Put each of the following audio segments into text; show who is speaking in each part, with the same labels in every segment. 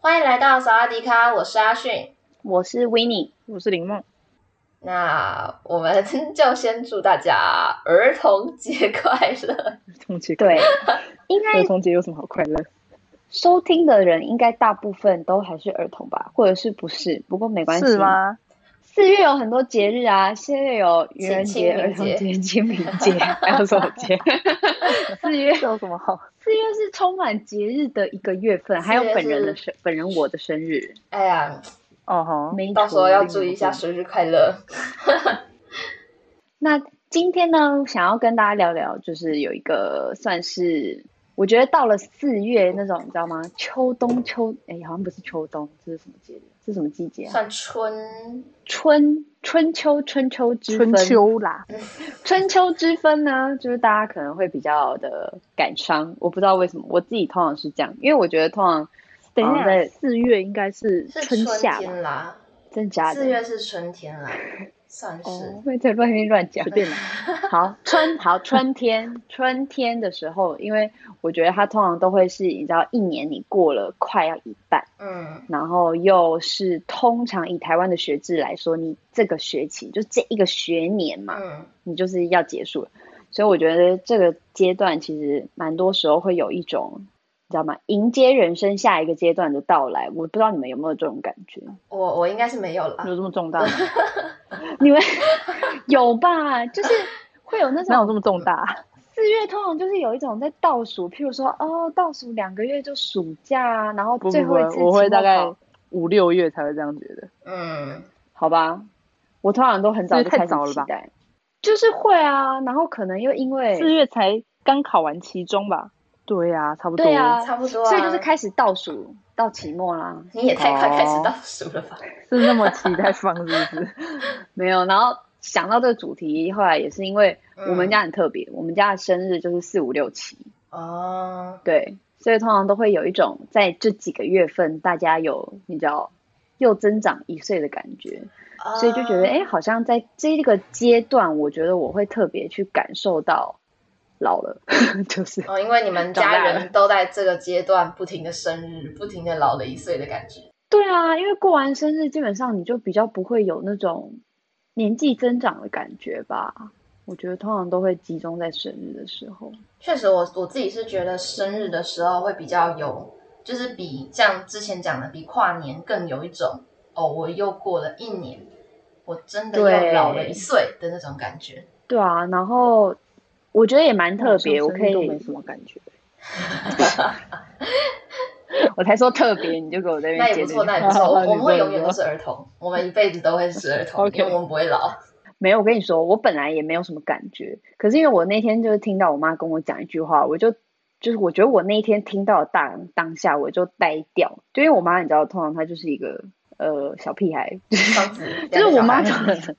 Speaker 1: 欢迎来到萨瓦迪卡，我是阿迅。
Speaker 2: 我是 w i n n i
Speaker 3: 我是林梦，
Speaker 1: 那我们就先祝大家儿童节快乐。
Speaker 3: 儿童节快
Speaker 2: 对
Speaker 3: 乐，，
Speaker 2: 应该
Speaker 3: 儿童节有什么好快乐？
Speaker 2: 收听的人应该大部分都还是儿童吧，或者是不是？不过没关系。
Speaker 3: 是？吗？
Speaker 2: 四月有很多节日啊，四月有愚人
Speaker 1: 清
Speaker 2: 节、
Speaker 1: 明
Speaker 2: 儿童
Speaker 1: 节
Speaker 2: 节、清明
Speaker 3: 节
Speaker 2: 节。
Speaker 3: 还有什么节？
Speaker 2: 四月
Speaker 3: 这有什么好？
Speaker 2: 四月是充满节日的一个月份，还有
Speaker 1: 四月
Speaker 2: 本人的
Speaker 1: 是
Speaker 2: 生，本人我的生日，
Speaker 1: 哎呀，
Speaker 3: 哦吼，
Speaker 2: 没
Speaker 1: 到时候
Speaker 2: 错
Speaker 1: 要
Speaker 2: 另
Speaker 1: 注意
Speaker 2: 外
Speaker 1: 一下
Speaker 2: 一个
Speaker 1: 生日快乐。
Speaker 2: 那今天呢，想要跟大家聊聊，就是有一个算是，我觉得到了四月那种，你知道吗？秋冬秋，哎，好像不是秋冬，这是什么节日？这是什么季节啊？
Speaker 1: 算春，
Speaker 2: 春春秋春秋之分，
Speaker 3: 春秋啦，
Speaker 2: 春秋之分呢，就是大家可能会比较的感伤，我不知道为什么，我自己通常是这样，因为我觉得通常
Speaker 3: 等一
Speaker 2: 好像在
Speaker 3: 下，四月应该是
Speaker 1: 是
Speaker 3: 春夏吧？
Speaker 1: 天啦，
Speaker 2: 真假的
Speaker 1: 四月是春天啦，算是。
Speaker 2: 哦，会在乱乱讲
Speaker 3: 随。便啦，
Speaker 2: 好，春好春天，春天的时候，因为我觉得它通常都会是，你知道，一年你过了快要一半，
Speaker 1: 嗯，
Speaker 2: 然后又是通常以台湾的学制来说，你这个学期就这一个学年嘛，
Speaker 1: 嗯，
Speaker 2: 你就是要结束了。所以我觉得这个阶段其实蛮多时候会有一种，你知道吗？迎接人生下一个阶段的到来，我不知道你们有没有这种感觉？
Speaker 1: 我我应该是没有啦。
Speaker 3: 有这么重大吗？
Speaker 2: 你们 有吧？就是会有那种
Speaker 3: 哪有这么重大？啊
Speaker 2: 四月通常就是有一种在倒数，譬如说哦，倒数两个月就暑假啊，然后
Speaker 3: 不
Speaker 2: 最
Speaker 3: 不不
Speaker 2: 后一次，
Speaker 3: 我
Speaker 2: 期末
Speaker 3: 会大概
Speaker 2: 考
Speaker 3: 五六月才会这样觉得。
Speaker 1: 嗯，
Speaker 2: 好吧，我通常都很早
Speaker 3: 四
Speaker 2: 就
Speaker 3: 月
Speaker 2: 开
Speaker 3: 太
Speaker 2: 始
Speaker 3: 早了
Speaker 2: 期
Speaker 3: 吧
Speaker 2: 待，就是会啊，然后可能又因为
Speaker 3: 四月才刚考完期中吧？对呀，差不多。
Speaker 2: 对啊，
Speaker 1: 差不多、啊。
Speaker 2: 所以就是，开始倒数到期末啊啦，
Speaker 1: 你也太快
Speaker 3: 哦
Speaker 1: 开始倒数了吧？
Speaker 3: 是那么期待放是 不是？
Speaker 2: 没有，然后想到这个主题，后来也是因为哦我们
Speaker 1: 嗯
Speaker 2: 家很特别，我们家的生日就是四五六七，
Speaker 1: 哦，
Speaker 2: 对，所以通常都会有一种在这几个月份大家有你知道又增长一岁的感觉。所以就觉得，
Speaker 1: 哦
Speaker 2: 哎、好像在这个阶段，我觉得我会特别去感受到老了， 就是
Speaker 1: 哦，因为你们
Speaker 2: 长
Speaker 1: 家
Speaker 2: 大了
Speaker 1: 人都在这个阶段不停的生日，不停的老了一岁的感觉。
Speaker 2: 对啊，因为过完生日，基本上你就比较不会有那种年纪增长的感觉吧。我觉得通常都会集中在生日的时候，
Speaker 1: 确实我，我自己是觉得生日的时候会比较有，就是比像之前讲的，比跨年更有一种哦，我又过了一年，我真的又
Speaker 2: 对
Speaker 1: 老了一岁的那种感觉。
Speaker 2: 对啊，然后我觉得也蛮特别，我
Speaker 3: 好像
Speaker 2: 可
Speaker 3: 生日都
Speaker 2: 以
Speaker 3: 没，什么感觉。
Speaker 2: 我才说特别，你就给我在那
Speaker 1: 那
Speaker 2: 边
Speaker 1: 也
Speaker 2: 接
Speaker 1: 不
Speaker 2: 着
Speaker 1: 错，那也不错，我我
Speaker 2: 讲
Speaker 3: 好好你
Speaker 1: 们会
Speaker 3: 说
Speaker 1: 永
Speaker 3: 你
Speaker 1: 远都
Speaker 3: 说
Speaker 1: 是儿童，我们一辈子都会是儿童，
Speaker 3: OK
Speaker 1: 因为我们不会 老。
Speaker 2: 没有，我跟你说，我本来也没有什么感觉，可是因为我那天就是听到我妈跟我讲一句话，我就就是我觉得我那一天听到的当当下我就呆掉，就因为我妈你知道，通常她就是一个呃小屁孩，
Speaker 1: 双子，
Speaker 2: 就是
Speaker 1: 两个
Speaker 2: 我
Speaker 1: 小
Speaker 2: 妈
Speaker 1: 孩
Speaker 2: 常，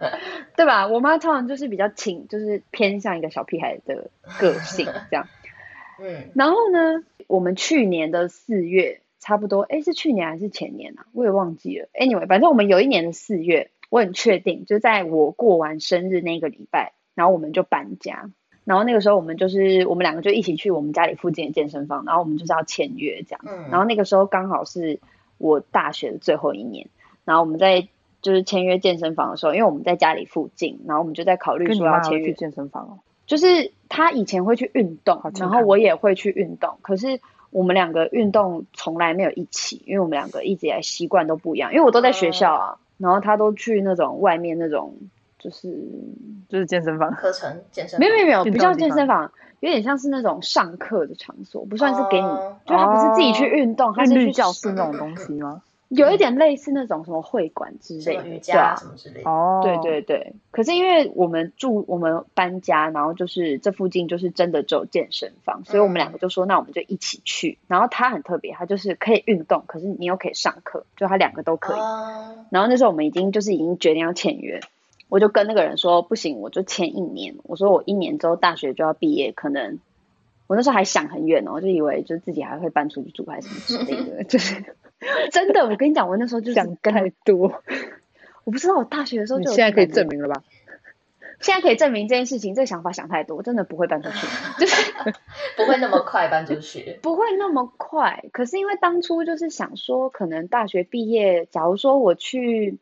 Speaker 2: 对吧？我妈通常就是比较挺，就是偏向一个小屁孩的个性这样。
Speaker 1: 嗯，
Speaker 2: 然后呢，我们去年的四月差不多，哎，是去年还是前年啊？我也忘记了。Anyway，反正我们有一年的四月，我很确定，就在我过完生日那个礼拜，然后我们就搬家。然后那个时候我们就是我们两个就一起去我们家里附近的健身房，然后我们就是要签约这样。
Speaker 1: 嗯
Speaker 2: 然后那个时候刚好是我大学的最后一年，然后我们在就是签约健身房的时候，因为我们在家里附近，然后我们就在考虑
Speaker 3: 跟你
Speaker 2: 说要
Speaker 3: 妈有
Speaker 2: 签约
Speaker 3: 去。健身房哦？
Speaker 2: 就是他以前会去运动
Speaker 3: 好，健
Speaker 2: 然
Speaker 3: 康
Speaker 2: 后我也会去运动，可是我们两个运动从来没有一起，因为我们两个一直以来习惯都不一样，因为我都在学校啊，然后他都去那种外面那种，就是
Speaker 3: 就是健身房。
Speaker 1: 课程健身
Speaker 2: 没有没有没有，
Speaker 3: 运动的
Speaker 2: 不叫
Speaker 3: 地
Speaker 2: 健
Speaker 3: 方
Speaker 2: 身房，有点像是那种上课的场所，不算是给你，
Speaker 1: 哦
Speaker 2: 啊就他不是自己去运动， 他是
Speaker 3: 韵律
Speaker 2: 去
Speaker 3: 教室那种东西吗？
Speaker 2: 有一点类似那种什么会馆之
Speaker 1: 什
Speaker 2: 类
Speaker 1: 么
Speaker 2: 的，
Speaker 1: 瑜
Speaker 2: 对
Speaker 1: 伽
Speaker 2: 啊
Speaker 1: 什么之类的。
Speaker 3: 哦，
Speaker 2: 对，对对，可是因为我们住我们搬家，然后就是这附近就是真的只有健身房，所以我们
Speaker 3: 嗯
Speaker 2: 两个就说，那我们就一起去。然后他很特别，他就是可以运动，可是你又可以上课，就他两个都可以。
Speaker 1: 哦
Speaker 2: 然后那时候我们已经就是已经决定要签约，我就跟那个人说，不行，我就签一年。我说我一年之后大学就要毕业，可能我那时候还想很远哦，就以为就是自己还会搬出去住还是什么之类 的，就是 真的。我跟你讲，我那时候就是
Speaker 3: 想太多。
Speaker 2: 我不知道，我大学的时候
Speaker 3: 你
Speaker 2: 就有
Speaker 3: 现在
Speaker 2: 这
Speaker 3: 可以
Speaker 2: 种感觉
Speaker 3: 证明了吧？
Speaker 2: 现在可以证明这件事情，这个想法想太多，真的不会搬出去，就是
Speaker 1: 不会那么快搬出去。
Speaker 2: 不会那么快。可是因为当初就是想说，可能大学毕业，假如说我去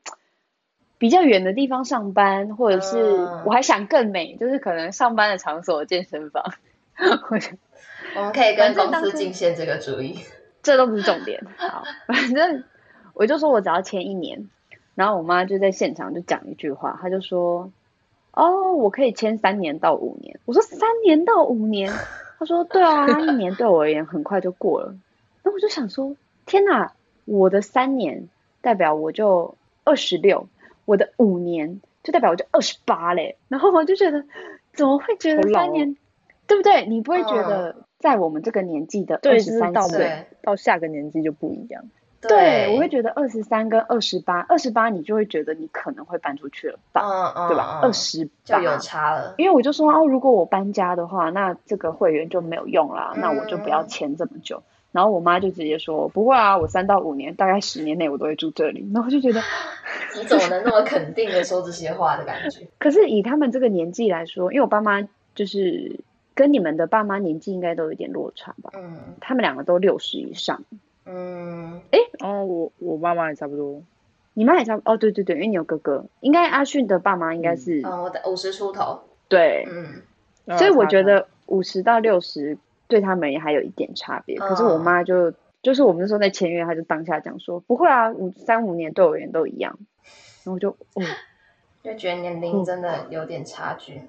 Speaker 2: 比较远的地方上班，或者是
Speaker 1: 嗯
Speaker 2: 我还想更美，就是可能上班的场所健身房， 我就
Speaker 1: 我们可以跟
Speaker 2: 反正
Speaker 1: 公
Speaker 2: 当
Speaker 1: 司
Speaker 2: 初
Speaker 1: 进献这个主意。
Speaker 2: 这都不是重点。好， 反正我就说我只要签一年，然后我妈就在现场就讲一句话，她就说：“哦，我可以签三年到五年。”我说：“三年到五 年？”她说：“对啊，一年对我而言很快就过了。”那我就想说：“天哪，我的三年代表我就二十六，我的五年就代表我就二十八嘞。”然后我就觉得怎么会觉得
Speaker 3: 好老
Speaker 2: 三
Speaker 3: 哦嗯
Speaker 2: 年，对不对？你不会觉得在我们这个年纪的
Speaker 3: 对
Speaker 2: 二
Speaker 3: 就
Speaker 2: 十
Speaker 3: 是
Speaker 2: 三
Speaker 3: 到
Speaker 2: 岁？
Speaker 1: 对
Speaker 3: 到下个年纪就不一样。
Speaker 2: 对，我会觉得二十三跟二十八，二十八你就会觉得你可能会搬出去了吧，
Speaker 1: 嗯嗯，
Speaker 2: 对吧？
Speaker 1: 嗯
Speaker 2: 二十
Speaker 1: 就
Speaker 2: 八，
Speaker 1: 有差了。
Speaker 2: 因为我就说哦，如果我搬家的话，那这个会员就没有用啦，
Speaker 1: 嗯
Speaker 2: 那我就不要签这么久。然后我妈就直接说不会啊，我三到五年，大概十年内我都会住这里。然后我就觉 得，
Speaker 1: 你怎么能那么肯定的说这些话的感 觉？
Speaker 2: 可是以他们这个年纪来说，因为我爸妈就是跟你们的爸妈年纪应该都有一点落差吧，
Speaker 1: 嗯
Speaker 2: 他们两个都六十以上。
Speaker 1: 嗯，
Speaker 3: 哦，我我妈妈也差不多，
Speaker 2: 你妈也差不哦，对对对，因为你有哥哥，应该阿迅的爸妈应该是、
Speaker 1: 嗯，我的五十出头。
Speaker 2: 对，
Speaker 1: 嗯
Speaker 2: 所以我觉
Speaker 3: 啊，
Speaker 2: 得五十到六十对他们也还有一点差别。可是我
Speaker 1: 嗯
Speaker 2: 妈就就是我们那时候在签约，她就当下讲说不会啊，五三五年对我而言都一样。然后我就哦，
Speaker 1: 就觉得年
Speaker 2: 嗯
Speaker 1: 龄真的有点差距，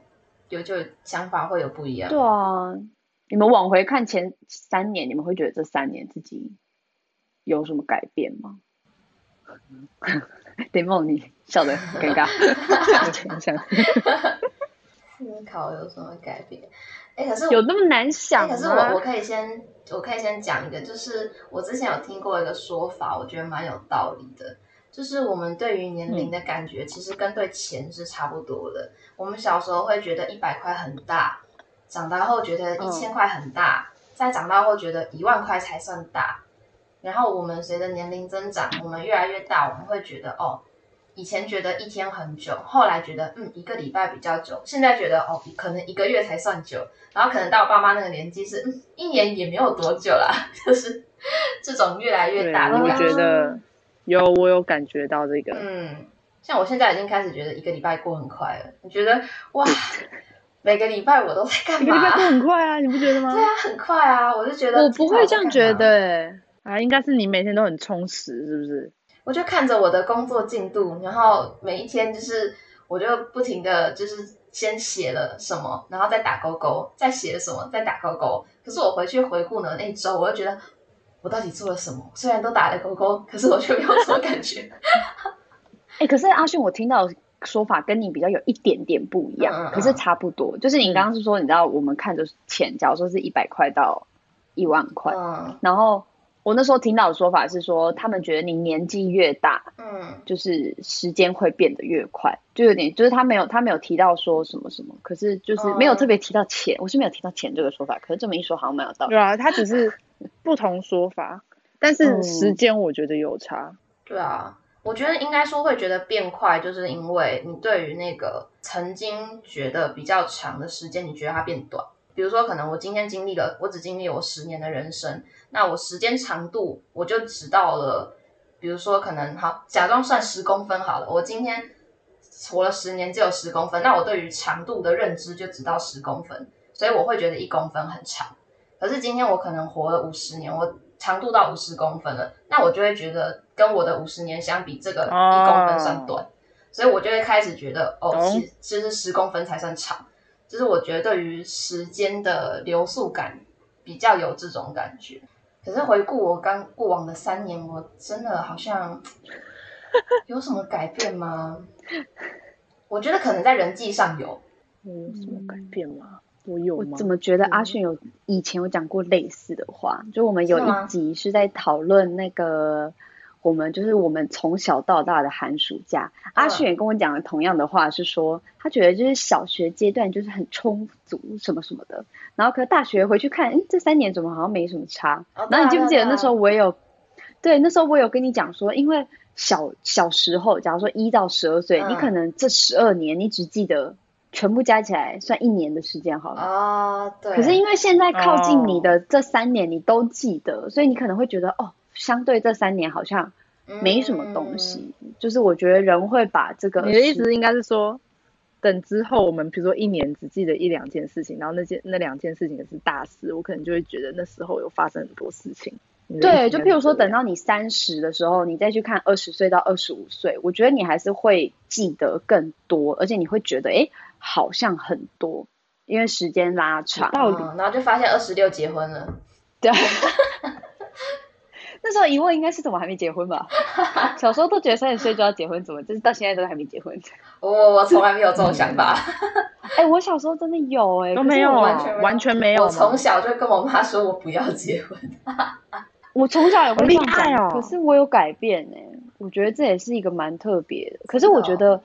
Speaker 1: 有就想法会有不一样
Speaker 2: 对。啊，你们往回看前三年，你们会觉得这三年自己有什么改变吗？ 雷梦，你笑得很尴尬。
Speaker 3: 我想一想，
Speaker 1: 思考有什么改变？哎，可是我
Speaker 2: 有那么难想
Speaker 1: 哎
Speaker 2: 吗？
Speaker 1: 可是我我可以先我可以先讲一个，就是我之前有听过一个说法，我觉得蛮有道理的，就是我们对于年
Speaker 2: 嗯
Speaker 1: 龄的感觉，其实跟对钱是差不多的。我们小时候会觉得一百块很大，长大后觉得一
Speaker 2: 嗯
Speaker 1: 千块很大，再长大后觉得一万块才算大。然后我们随着年龄增长，我们越来越大，我们会觉得哦，以前觉得一天很久，后来觉得嗯一个礼拜比较久，现在觉得哦可能一个月才算久，然后可能到我爸妈那个年纪是嗯一年也没有多久啦， 就是这种越来越
Speaker 3: 对，
Speaker 1: 大的
Speaker 3: 我
Speaker 1: 感
Speaker 3: 觉
Speaker 1: 觉。
Speaker 3: 得有，我有感觉到这个，
Speaker 1: 嗯，像我现在已经开始觉得一个礼拜过很快了，你觉得 哇，每个礼拜我都在干
Speaker 3: 一个礼拜
Speaker 1: 嘛
Speaker 3: 过？很快啊，你不觉得吗
Speaker 1: 对？啊，很快啊，我就觉得
Speaker 3: 我不会这样觉
Speaker 1: 天哪我在干嘛，
Speaker 3: 得欸，啊，应该是你每天都很充实，是不是？
Speaker 1: 我就看着我的工作进度，然后每一天就是我就不停的就是先写了什么，然后再打勾勾，再写了什么，再打勾勾。可是我回去回顾呢那一周，我就觉得我到底做了什么？虽然都打了勾勾，可是我却没有什么感觉。
Speaker 2: 哎、可是阿迅，我听到的说法跟你比较有一点点不一样，
Speaker 1: 嗯嗯嗯嗯
Speaker 2: 可是差不多。就是你刚刚是说，你知道我们看着钱，假如说是一百块到一万块，
Speaker 1: 嗯
Speaker 2: 然后我那时候听到的说法是说，他们觉得你年纪越大，
Speaker 1: 嗯
Speaker 2: 就是时间会变得越快，就有点就是他没有他没有提到说什么什么，可是就是没有
Speaker 1: 嗯
Speaker 2: 特别提到钱，我是没有提到钱这个说法，可是这么一说好像蛮有道理。
Speaker 3: 对啊，它只是不同说法，但是
Speaker 2: 嗯
Speaker 3: 时间我觉得有差。
Speaker 1: 对啊，我觉得应该说会觉得变快，就是因为你对于那个曾经觉得比较长的时间，你觉得它变短。比如说，可能我今天经历了，我只经历了我十年的人生，那我时间长度我就只到了，比如说可能好，假装算十公分好了，我今天活了十年只有十公分，那我对于长度的认知就只到十公分，所以我会觉得一公分很长。可是今天我可能活了五十年，我长度到五十公分了，那我就会觉得跟我的五十年相比，这个一公分算短，所以我就会开始觉得哦，
Speaker 3: 懂
Speaker 1: 其实其实十公分才算长。就是我觉得对于时间的流速感比较有这种感觉。可是回顾我刚过往的三年，我真的好像有什么改变吗？我觉得可能在人际上有，
Speaker 3: 我有什么改变吗？嗯我有
Speaker 2: 我
Speaker 3: 吗
Speaker 2: 怎？么觉得
Speaker 3: 有
Speaker 1: 啊
Speaker 2: 阿迅有以前有讲过类似的话？就我们有
Speaker 1: 是吗
Speaker 2: 一集是在讨论那个我们就是我们从小到大的寒暑假，
Speaker 1: 嗯
Speaker 2: 阿迅也跟我讲了同样的话，是说他觉得就是小学阶段就是很充足什么什么的，然后可大学回去看，嗯，这三年怎么好像没什么差？
Speaker 1: 哦
Speaker 2: 然后你记不记得那时候？
Speaker 1: 对啊
Speaker 2: 我也有，对，那时候我有跟你讲说，因为小小时候，假如说一到十二岁，
Speaker 1: 嗯
Speaker 2: 你可能这十二年你只记得全部加起来算一年的时间好了。
Speaker 1: 啊，对。
Speaker 2: 可是因为现在靠近你
Speaker 3: 哦
Speaker 2: 的这三年你都记得，所以你可能会觉得哦，相对这三年好像
Speaker 1: 嗯
Speaker 2: 没什么东西。就是我觉得人会把这个
Speaker 3: 你的意
Speaker 2: 时
Speaker 3: 思应该是说，等之后我们比如说一年只记得一两件事情，然后那件那两件事情也是大事，我可能就会觉得那时候有发生很多事情。你的意思
Speaker 2: 对，
Speaker 3: 应
Speaker 2: 就
Speaker 3: 该
Speaker 2: 譬如
Speaker 3: 是
Speaker 2: 说，
Speaker 3: 这
Speaker 2: 等
Speaker 3: 样
Speaker 2: 到你三十的时候，你再去看二十岁到二十五岁，我觉得你还是会记得更多，而且你会觉得，哎，好像很多，因为时间拉长。
Speaker 3: 道理
Speaker 1: 嗯，然后就发现二十六结婚了，
Speaker 2: 对，那时候疑问应该是怎么还没结婚吧？ 小时候都觉得三十岁就要结婚，怎么就是到现在都还没结婚？
Speaker 1: 我我从来没有这种想法，
Speaker 2: 哎，我小时候真的有哎、
Speaker 3: 都
Speaker 2: 可是
Speaker 3: 没有
Speaker 2: 我
Speaker 1: 完
Speaker 3: 啊
Speaker 1: 全没有
Speaker 3: 完全没有
Speaker 1: 我
Speaker 3: 吗，
Speaker 1: 从小就跟我妈说我不要结婚。
Speaker 2: 我从小也
Speaker 3: 好
Speaker 2: 会这
Speaker 3: 厉
Speaker 2: 样
Speaker 3: 害
Speaker 2: 讲
Speaker 3: 哦
Speaker 2: 可是我有改变哎、我觉得这也是一个蛮特别的。可是
Speaker 1: 真的
Speaker 2: 我觉
Speaker 1: 哦
Speaker 2: 得，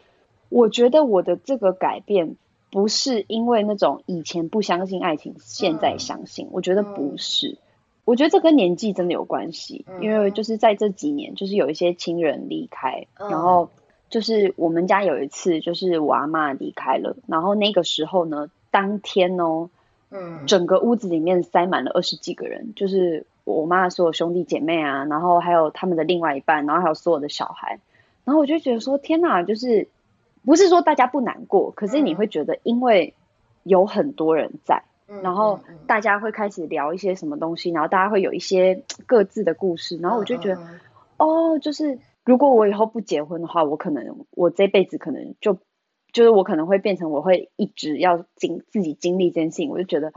Speaker 2: 我觉得我的这个改变不是因为那种以前不相信爱情，现在
Speaker 1: 嗯
Speaker 2: 相信，我觉得不
Speaker 1: 嗯
Speaker 2: 是。我觉得这跟年纪真的有关系，因为
Speaker 1: 嗯
Speaker 2: 就是在这几年，就是有一些亲人离开，然
Speaker 1: 嗯
Speaker 2: 后就是我们家有一次，就是我阿嬷离开了，然后那个时候呢，当天哦，
Speaker 1: 嗯，
Speaker 2: 整个屋子里面塞满了二十几个人，就是我妈的所有兄弟姐妹啊，然后还有他们的另外一半，然后还有所有的小孩，然后我就觉得说，天哪，就是不是说大家不难过，可是你
Speaker 1: 嗯
Speaker 2: 会觉得因为有很多人在，
Speaker 1: 嗯
Speaker 2: 然后
Speaker 1: 嗯嗯
Speaker 2: 大家会开始聊一些什么东西，然后大家会有一些各自的故事，然后我就觉得，
Speaker 1: 嗯嗯
Speaker 2: 哦，就是如果我以后不结婚的话，我可能我这辈子可能就就是我可能会变成我会一直要经自己经历这件事情，我就觉得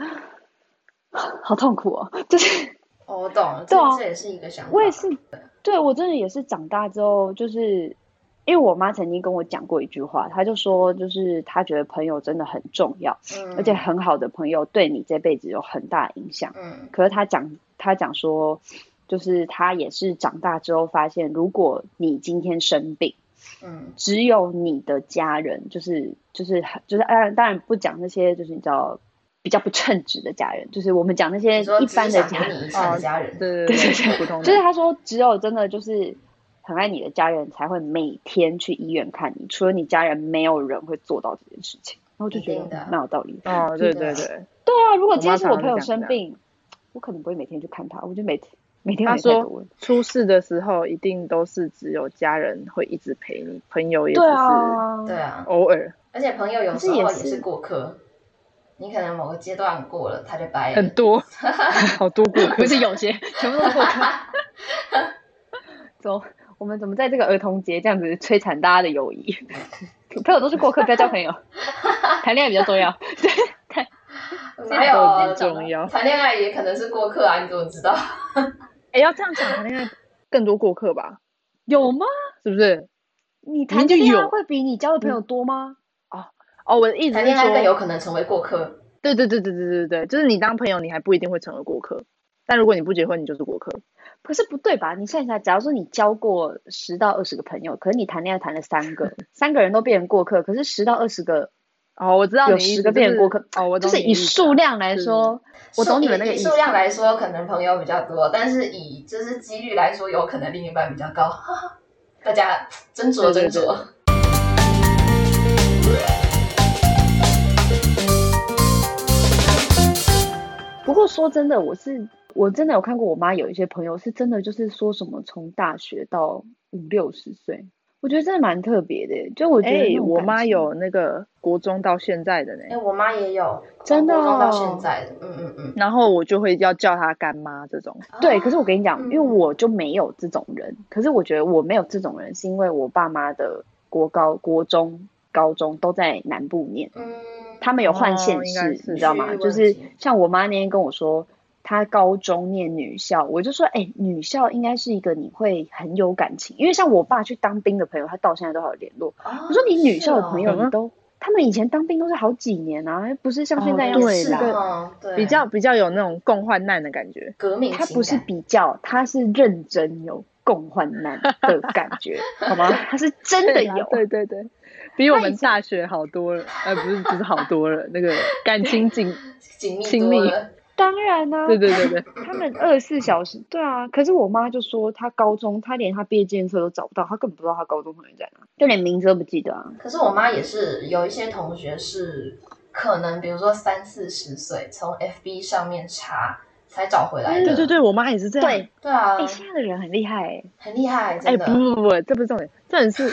Speaker 2: 好痛苦哦。就是
Speaker 1: 哦我懂了，这
Speaker 2: 对啊
Speaker 1: 这也是一个想法。
Speaker 2: 我也是，对我真的也是长大之后，就是因为我妈曾经跟我讲过一句话，她就说就是她觉得朋友真的很重要，
Speaker 1: 嗯，
Speaker 2: 而且很好的朋友对你这辈子有很大影响。
Speaker 1: 嗯
Speaker 2: 可是他讲，他讲说，就是他也是长大之后发现，如果你今天生病，
Speaker 1: 嗯
Speaker 2: 只有你的家人，就是就是就是，当然当然不讲那些，就是你知道比较不称职的家人，就是我们讲那些
Speaker 1: 你说
Speaker 2: 一
Speaker 1: 只
Speaker 2: 般
Speaker 1: 是
Speaker 2: 的
Speaker 1: 想
Speaker 2: 家
Speaker 1: 给
Speaker 2: 人，哦
Speaker 1: 你遗产的家人，
Speaker 3: 对
Speaker 2: 对
Speaker 3: 对
Speaker 2: 对对
Speaker 3: 普通的
Speaker 2: 就是他说，只有真的就是很爱你的家人，才会每天去医院看你，除了你家人，没有人会做到这件事情。然后我就觉
Speaker 1: 一定
Speaker 2: 得
Speaker 1: 的
Speaker 2: 蛮有道理的。
Speaker 3: 哦，对
Speaker 1: 记
Speaker 3: 对
Speaker 1: 得
Speaker 3: 对，
Speaker 2: 对啊，如果
Speaker 3: 我
Speaker 2: 今天
Speaker 3: 妈
Speaker 2: 是
Speaker 3: 常
Speaker 2: 我
Speaker 3: 常
Speaker 2: 朋友
Speaker 3: 是这样
Speaker 2: 生
Speaker 3: 讲
Speaker 2: 病，我可能不会每天去看他，我就每天每天
Speaker 3: 她
Speaker 2: 没太
Speaker 3: 说
Speaker 2: 多问。
Speaker 3: 出事的时候一定都是只有家人会一直陪你，朋友也只
Speaker 2: 对
Speaker 3: 是
Speaker 2: 啊，
Speaker 1: 对啊，
Speaker 3: 偶尔。
Speaker 1: 而且朋友有
Speaker 2: 可是
Speaker 1: 时候
Speaker 2: 也
Speaker 1: 也
Speaker 2: 是
Speaker 1: 是过客，你可能某个阶段过了，他就掰了。
Speaker 3: 很 多，好多顾客
Speaker 2: 不是有些，全部都是过 客。走，我们怎么在这个儿童节这样子摧残大家的友谊？朋友都是过客，不要交朋友，谈恋爱比较重 要。
Speaker 1: 哪
Speaker 3: 这
Speaker 1: 有啊
Speaker 3: 很重要
Speaker 1: 谈恋爱也可能是过客啊，你怎么知道？
Speaker 3: 哎、要这样想，谈恋爱更多过客吧？
Speaker 2: 有吗？
Speaker 3: 是不是？
Speaker 2: 你
Speaker 3: 明
Speaker 2: 谈
Speaker 3: 明就
Speaker 2: 的恋爱
Speaker 3: 有
Speaker 2: 会比你交的朋友多吗？
Speaker 3: 哦，我的意思
Speaker 1: 谈
Speaker 3: 是
Speaker 1: 恋爱更有
Speaker 3: 说，
Speaker 1: 可能成为过客。
Speaker 3: 对对对对对对对，就是你当朋友，你还不一定会成为过客，但如果你不结婚，你就是过客。
Speaker 2: 可是不对吧？你想一下，假如说你交过十到二十个朋友，可是你谈恋爱谈了三 个，三个人都变成过客，可是十到二十个
Speaker 3: 哦，我知道
Speaker 2: 有
Speaker 3: 你意
Speaker 2: 十
Speaker 3: 思
Speaker 2: 个
Speaker 3: 就
Speaker 2: 变成
Speaker 3: 是
Speaker 2: 过客
Speaker 3: 哦，我
Speaker 2: 就
Speaker 3: 懂
Speaker 2: 是
Speaker 3: 你意
Speaker 2: 以
Speaker 3: 思
Speaker 2: 数
Speaker 3: 啊
Speaker 2: 量来
Speaker 3: 是
Speaker 2: 说，我懂你们那个
Speaker 1: 以
Speaker 2: 意
Speaker 1: 以
Speaker 2: 思
Speaker 1: 数。量来说，可能朋友比较多，但是以就是几率来说，有可能另一半比较高。大家斟酌斟
Speaker 3: 对对对
Speaker 1: 酌。
Speaker 2: 不过说真的，我是我真的有看过我妈有一些朋友是真的就是说什么从大学到五六十岁，我觉得真的蛮特别的耶。欸就我觉得
Speaker 3: 哎、
Speaker 2: 那种
Speaker 3: 我
Speaker 2: 感
Speaker 3: 妈
Speaker 2: 情
Speaker 3: 有那个国中到现在的
Speaker 1: 哎，
Speaker 3: 呢，
Speaker 1: 我妈也有，
Speaker 2: 真的
Speaker 1: 从国中到
Speaker 2: 哦
Speaker 1: 现在的，嗯嗯嗯。
Speaker 3: 然后我就会要叫她干妈这种。
Speaker 2: 对，可是我跟你讲，因为
Speaker 1: 嗯
Speaker 2: 我就没有这种人。可是我觉得我没有这种人，是因为我爸妈的国高、国中、高中都在南部念，
Speaker 1: 嗯，
Speaker 2: 他们有换
Speaker 3: 哦
Speaker 2: 县
Speaker 3: 应
Speaker 2: 市，
Speaker 3: 该
Speaker 2: 你
Speaker 3: 是
Speaker 2: 知道吗
Speaker 1: 区？域
Speaker 2: 就
Speaker 1: 问
Speaker 2: 是
Speaker 1: 题
Speaker 2: 像我妈那天跟我说，她高中念女校，我就说，哎、女校应该是一个你会很有感情，因为像我爸去当兵的朋友，他到现在都还有联络。
Speaker 1: 哦
Speaker 2: 我说你女校的朋友，
Speaker 3: 是哦
Speaker 2: 你都、他们以前当兵都是好几年啊，不是像
Speaker 3: 哦
Speaker 2: 现在一样
Speaker 3: 对
Speaker 1: 也
Speaker 2: 四
Speaker 1: 是
Speaker 3: 啦
Speaker 2: 个
Speaker 1: 哦，对，
Speaker 3: 比较比较有那种共患难的感觉。
Speaker 1: 革命情
Speaker 2: 他
Speaker 1: 感，
Speaker 2: 不是比较，他是认真有共患难的感 觉，好吗？他是真的
Speaker 3: 对啊
Speaker 2: 有。
Speaker 3: 对对对，比我
Speaker 2: 她以
Speaker 3: 们
Speaker 2: 前
Speaker 3: 大学好多了，呃，不是不是好多了，那个感情紧
Speaker 1: 紧密
Speaker 3: 亲
Speaker 1: 多
Speaker 3: 密
Speaker 1: 了。
Speaker 2: 当然啊呢、
Speaker 3: 对对对对，
Speaker 2: 他们二十四小时，对啊。可是我妈就说，她高中，她连她毕业纪念册都找不到，她根本不知道她高中同学在哪，就连名字都不记得啊。
Speaker 1: 可是我妈也是有一些同学是可能，比如说三四十岁，从 FB 上面查才找回来的。
Speaker 3: 对对对，我妈也是这样。
Speaker 2: 对，
Speaker 1: 对啊
Speaker 2: 哎、，现在的人很厉害、欸，
Speaker 1: 很厉害，
Speaker 3: 哎、
Speaker 1: 真的。
Speaker 3: 不不不，这不是重点，重点是，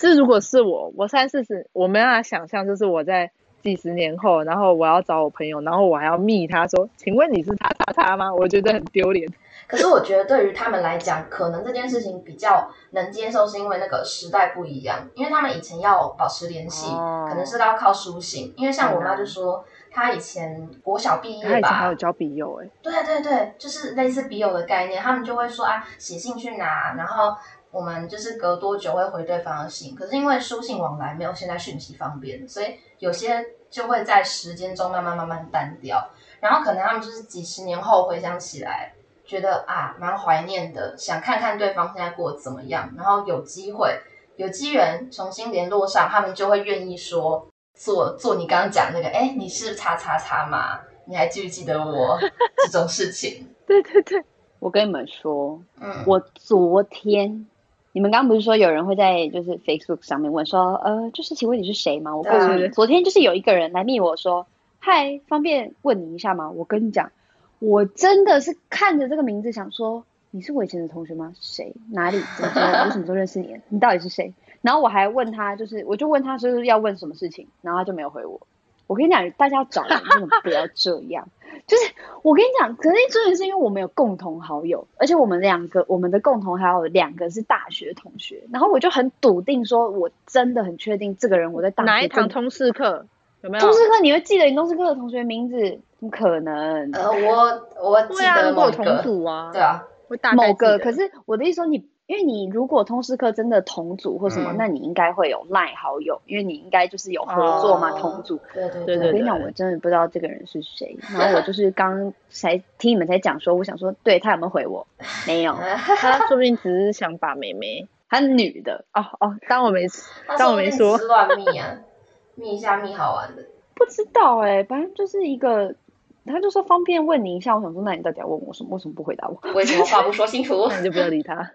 Speaker 3: 就是如果是我，我三四十，我没办法想象，就是我在几十年后，然后我要找我朋友，然后我还要密他说，请问你是他他他吗？我觉得很丢脸。
Speaker 1: 可是我觉得对于他们来讲，可能这件事情比较能接受，是因为那个时代不一样，因为他们以前要保持联系，
Speaker 3: 哦
Speaker 1: 可能是要靠书信。因为像我妈就说，她以前国小毕
Speaker 3: 他
Speaker 1: 业
Speaker 3: 以前还
Speaker 1: 吧
Speaker 3: 有，交笔友哎、
Speaker 2: 欸
Speaker 1: 对对对，就是类似笔友的概念，他们就会说啊，写信去拿，然后我们就是隔多久会回对方的信。可是因为书信往来没有现在讯息方便，所以有些就会在时间中慢慢慢慢淡掉，然后可能他们就是几十年后回想起来，觉得啊蛮怀念的，想看看对方现在过得怎么样，然后有机会有机缘重新联络上，他们就会愿意说做做你刚刚讲那个，哎，你是叉叉叉吗？你还记不记得我这种事情？
Speaker 3: 对对对，
Speaker 2: 我跟你们说，
Speaker 1: 嗯，
Speaker 2: 我昨天，你们刚刚不是说有人会在就是 Facebook 上面问说，呃，就是请问你是谁吗？我告诉
Speaker 1: 对啊
Speaker 2: 你，昨天就是有一个人来密我说，嗨，方便问你一下吗？我跟你讲，我真的是看着这个名字想说，你是我以前的同学吗？谁？哪里？怎么怎么样？我什么时候认识你的？你到底是谁？然后我还问他，就是我就问他就是要问什么事情，然后他就没有回我。我跟你讲，大家找人真的不要这样。就是我跟你讲，可是真的是因为我们有共同好友，而且我们两个我们的共同好友两个是大学同学，然后我就很笃定说，我真的很确定这个人我在大学
Speaker 3: 哪一堂
Speaker 2: 真的
Speaker 3: 通识课有没有？
Speaker 2: 通识课你会记得你通识课的同学名字？怎么可能？
Speaker 3: 嗯
Speaker 1: 呃，我我记
Speaker 3: 对啊，
Speaker 1: 得
Speaker 3: 如果
Speaker 1: 某
Speaker 3: 有同
Speaker 1: 个，
Speaker 3: 组啊，
Speaker 1: 对，啊，
Speaker 3: 会大概
Speaker 2: 某
Speaker 3: 记
Speaker 2: 个，
Speaker 3: 得
Speaker 2: 可是我的意思说你，因为你如果通识课真的同组或什么，
Speaker 1: 嗯
Speaker 2: 那你应该会有赖好友，因为你应该就是有合作嘛，
Speaker 1: 哦
Speaker 2: 同组。
Speaker 1: 对对
Speaker 3: 对
Speaker 2: 我
Speaker 1: 对
Speaker 2: 跟你讲，我真的不知道这个人是谁，然后 我就是刚才听你们才讲说，我想说，对他有没有回我？没 有，
Speaker 3: 他说不定只是想把妹妹，
Speaker 2: 他女的，
Speaker 3: 哦哦，当我没
Speaker 1: 他
Speaker 3: 当
Speaker 1: 说
Speaker 3: 我没
Speaker 1: 不定
Speaker 3: 说
Speaker 1: 吃乱蜜啊，蜜一下蜜好玩的，
Speaker 2: 不知道哎、反正就是一个，他就说方便问你一下，我想说，那你到底要问我什么？为什么不回答我？
Speaker 1: 为什么话不说清楚？
Speaker 3: 那你就不要理他。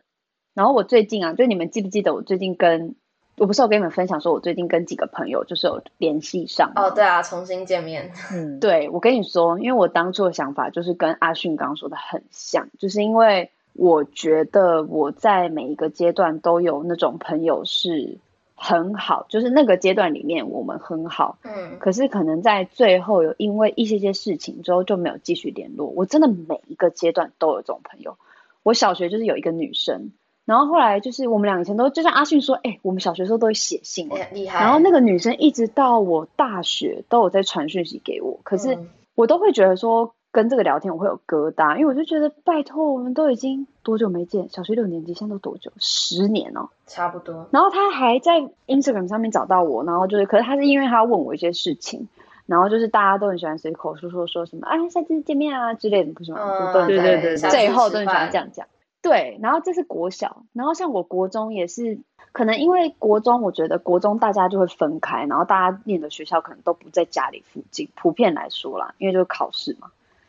Speaker 2: 然后我最近啊，就你们记不记得我最近跟，我不是有跟你们分享说，我最近跟几个朋友就是有联系上 吗
Speaker 1: 哦，对啊，重新见面，
Speaker 3: 嗯，
Speaker 2: 对，我跟你说，因为我当初的想法就是跟阿迅刚刚说的很像，就是因为我觉得我在每一个阶段都有那种朋友是很好，就是那个阶段里面我们很好，
Speaker 1: 嗯，
Speaker 2: 可是可能在最后有因为一些些事情之后就没有继续联络。我真的每一个阶段都有这种朋友。我小学就是有一个女生，然后后来就是我们俩以前都就像阿迅说，哎、我们小学时候都会写信
Speaker 1: 哎，呀厉害。
Speaker 2: 然后那个女生一直到我大学都有在传讯息给我，可是
Speaker 1: 嗯
Speaker 2: 我都会觉得说跟这个聊天我会有疙瘩，因为我就觉得拜托，我们都已经多久没见？小学六年级现在都多久？十年哦。
Speaker 1: 差不多，
Speaker 2: 然后她还在 Instagram 上面找到我，然后就是，可是她是因为她问我一些事情，然后就是大家都很喜欢随口说说说什么，哎，下次见面啊之类的，不是吗？就
Speaker 1: 嗯，
Speaker 2: 都很
Speaker 3: 对
Speaker 2: 喜欢
Speaker 3: 对对
Speaker 1: 下次
Speaker 2: 最后
Speaker 1: 吃
Speaker 2: 都很喜欢
Speaker 1: 饭
Speaker 2: 这样讲。对，然后这是国小，然后像我国中也是，可能因为国中，我觉得国中大家就会分开，然后大家念的学校可能都不在家里附近，普遍来说啦，因为就是考试嘛，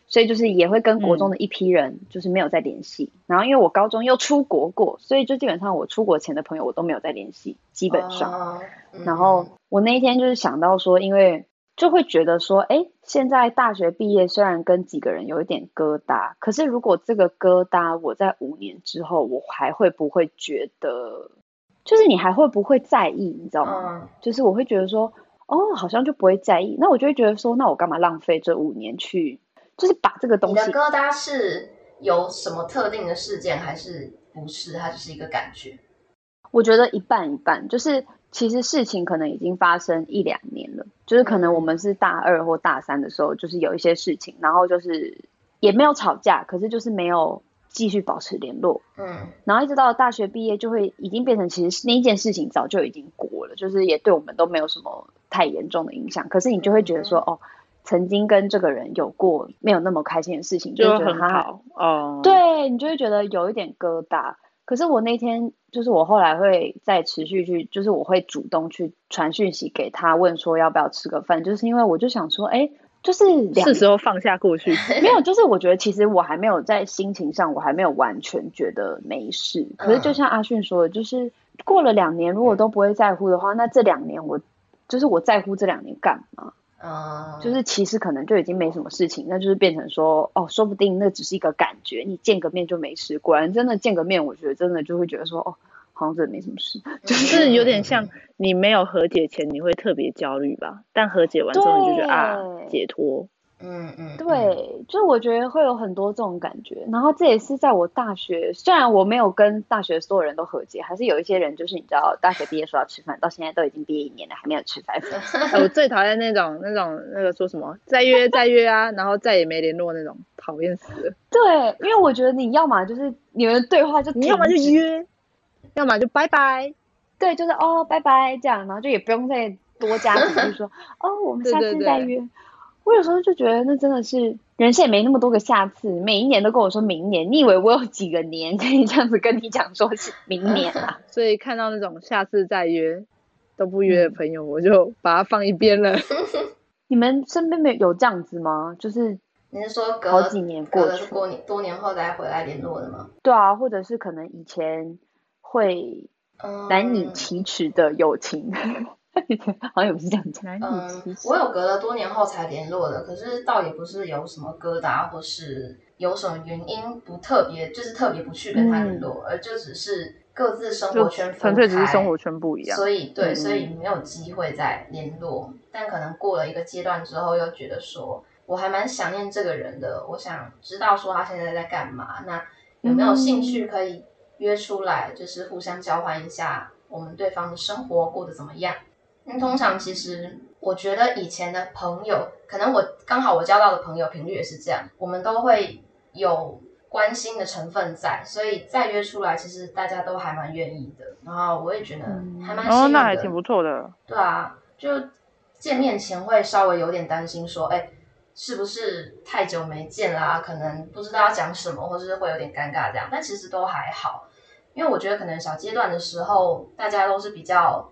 Speaker 2: 所以就是也会跟国中的一批人就是没有再联系。然后因为我高中又出国过，所以就基本上我出国前的朋友我都没有再联系，基本上。
Speaker 1: 哦嗯
Speaker 2: 然后我那一天就是想到说，因为就会觉得说，哎，现在大学毕业虽然跟几个人有一点疙瘩，可是如果这个疙瘩我在五年之后，我还会不会觉得，就是你还会不会在意，你知道吗？
Speaker 1: 嗯，
Speaker 2: 就是我会觉得说，哦，好像就不会在意，那我就会觉得说，那我干嘛浪费这五年去，就是把这个
Speaker 1: 你
Speaker 2: 东
Speaker 1: 的
Speaker 2: 西
Speaker 1: 疙瘩是有什么特定的事件，还是不是？它就是一个感觉。
Speaker 2: 我觉得一半一半，就是其实事情可能已经发生一两年了，就是可能我们是大二或大三的时候，就是有一些事情，然后就是也没有吵架，可是就是没有继续保持联络，
Speaker 1: 嗯，
Speaker 2: 然后一直到大学毕业，就会已经变成其实那一件事情早就已经过了，就是也对我们都没有什么太严重的影响，可是你就会觉得
Speaker 3: 嗯
Speaker 2: 说，哦，曾经跟这个人有过没有那么开心的事情，就
Speaker 3: 就
Speaker 2: 会觉得
Speaker 3: 很
Speaker 2: 他
Speaker 3: 好哦。，
Speaker 2: 对你就会觉得有一点疙瘩。可是我那天就是我后来会再持续去，就是我会主动去传讯息给他，问说要不要吃个饭，就是因为我就想说，哎，就是两
Speaker 3: 是时候放下 过去。
Speaker 2: 没有，就是我觉得其实我还没有在心情上，我还没有完全觉得没事。可是就像阿迅说的，就是过了两年，如果都不会在乎的话，那这两年我就是我在乎这两年干嘛？
Speaker 1: 嗯，
Speaker 2: 就是其实可能就已经没什么事情，那就是变成说，哦，说不定那只是一个感觉，你见个面就没事。果然真的见个面，我觉得真的就会觉得说，哦，好像真的没什么事。
Speaker 3: 就是有点像你没有和解前，你会特别焦虑吧？但和解完之后，你就觉得啊，
Speaker 2: 对
Speaker 3: 解脱。
Speaker 1: 嗯嗯，嗯，
Speaker 2: 对，就我觉得会有很多这种感觉，然后这也是在我大学，虽然我没有跟大学所有人都和解，还是有一些人就是你知道，大学毕业说要吃饭，到现在都已经毕业一年了，还没有吃饭。
Speaker 3: 哎我最讨厌那种那种那个说什么再约再约啊，然后再也没联络那种，讨厌死了。
Speaker 2: 对，因为我觉得你要么就是你们的对话就
Speaker 3: 你要么就
Speaker 2: 停止
Speaker 3: 约，要么就拜拜。
Speaker 2: 对，就是哦拜拜这样，然后就也不用再多 加几句说哦我们
Speaker 3: 对
Speaker 2: 下
Speaker 3: 对
Speaker 2: 次再
Speaker 3: 对
Speaker 2: 约。我有时候就觉得那真的是人生也没那么多个下次，每一年都跟我说明年，你以为我有几个年可以这样子跟你讲说是明年 啊？
Speaker 3: 所以看到那种下次再约都不约的
Speaker 2: 嗯
Speaker 3: 朋友，我就把它放一边了。
Speaker 2: 你们身边没有有这样子吗？就是
Speaker 1: 你是说隔
Speaker 2: 好几年
Speaker 1: 隔
Speaker 2: 过
Speaker 1: 了
Speaker 2: 去
Speaker 1: 过年多年后再回来联络的吗？
Speaker 2: 对啊，或者是可能以前会
Speaker 1: 嗯，
Speaker 2: 难以启齿的友情， 好像也不是这样讲。
Speaker 3: 难
Speaker 1: 嗯
Speaker 3: 以启，齿
Speaker 1: 我有隔了多年后才联络的，可是倒也不是有什么疙瘩，或是有什么原因不特别，就是特别不去跟他联络，而就只是各自生活
Speaker 3: 嗯就
Speaker 1: 圈分
Speaker 3: 纯粹只是
Speaker 1: 开
Speaker 3: 生活圈不一样。
Speaker 1: 所以对，所以
Speaker 3: 嗯
Speaker 1: 没有机会再联络。但可能过了一个阶段之后，又觉得说，我还蛮想念这个人的，我想知道说他现在在干嘛，那有没有兴趣可以约出来，就是互相交换一下我们对方的生活过得怎么样。那通常其实我觉得以前的朋友，可能我刚好我交到的朋友频率也是这样，我们都会有关心的成分在，所以再约出来，其实大家都还蛮愿意的。然后我也觉得还蛮幸运的，
Speaker 3: 哦，那还挺不错的。
Speaker 1: 对啊，就见面前会稍微有点担心，说，哎，是不是太久没见啦、可能不知道要讲什么，或者是会有点尴尬这样。但其实都还好，因为我觉得可能小阶段的时候，大家都是比较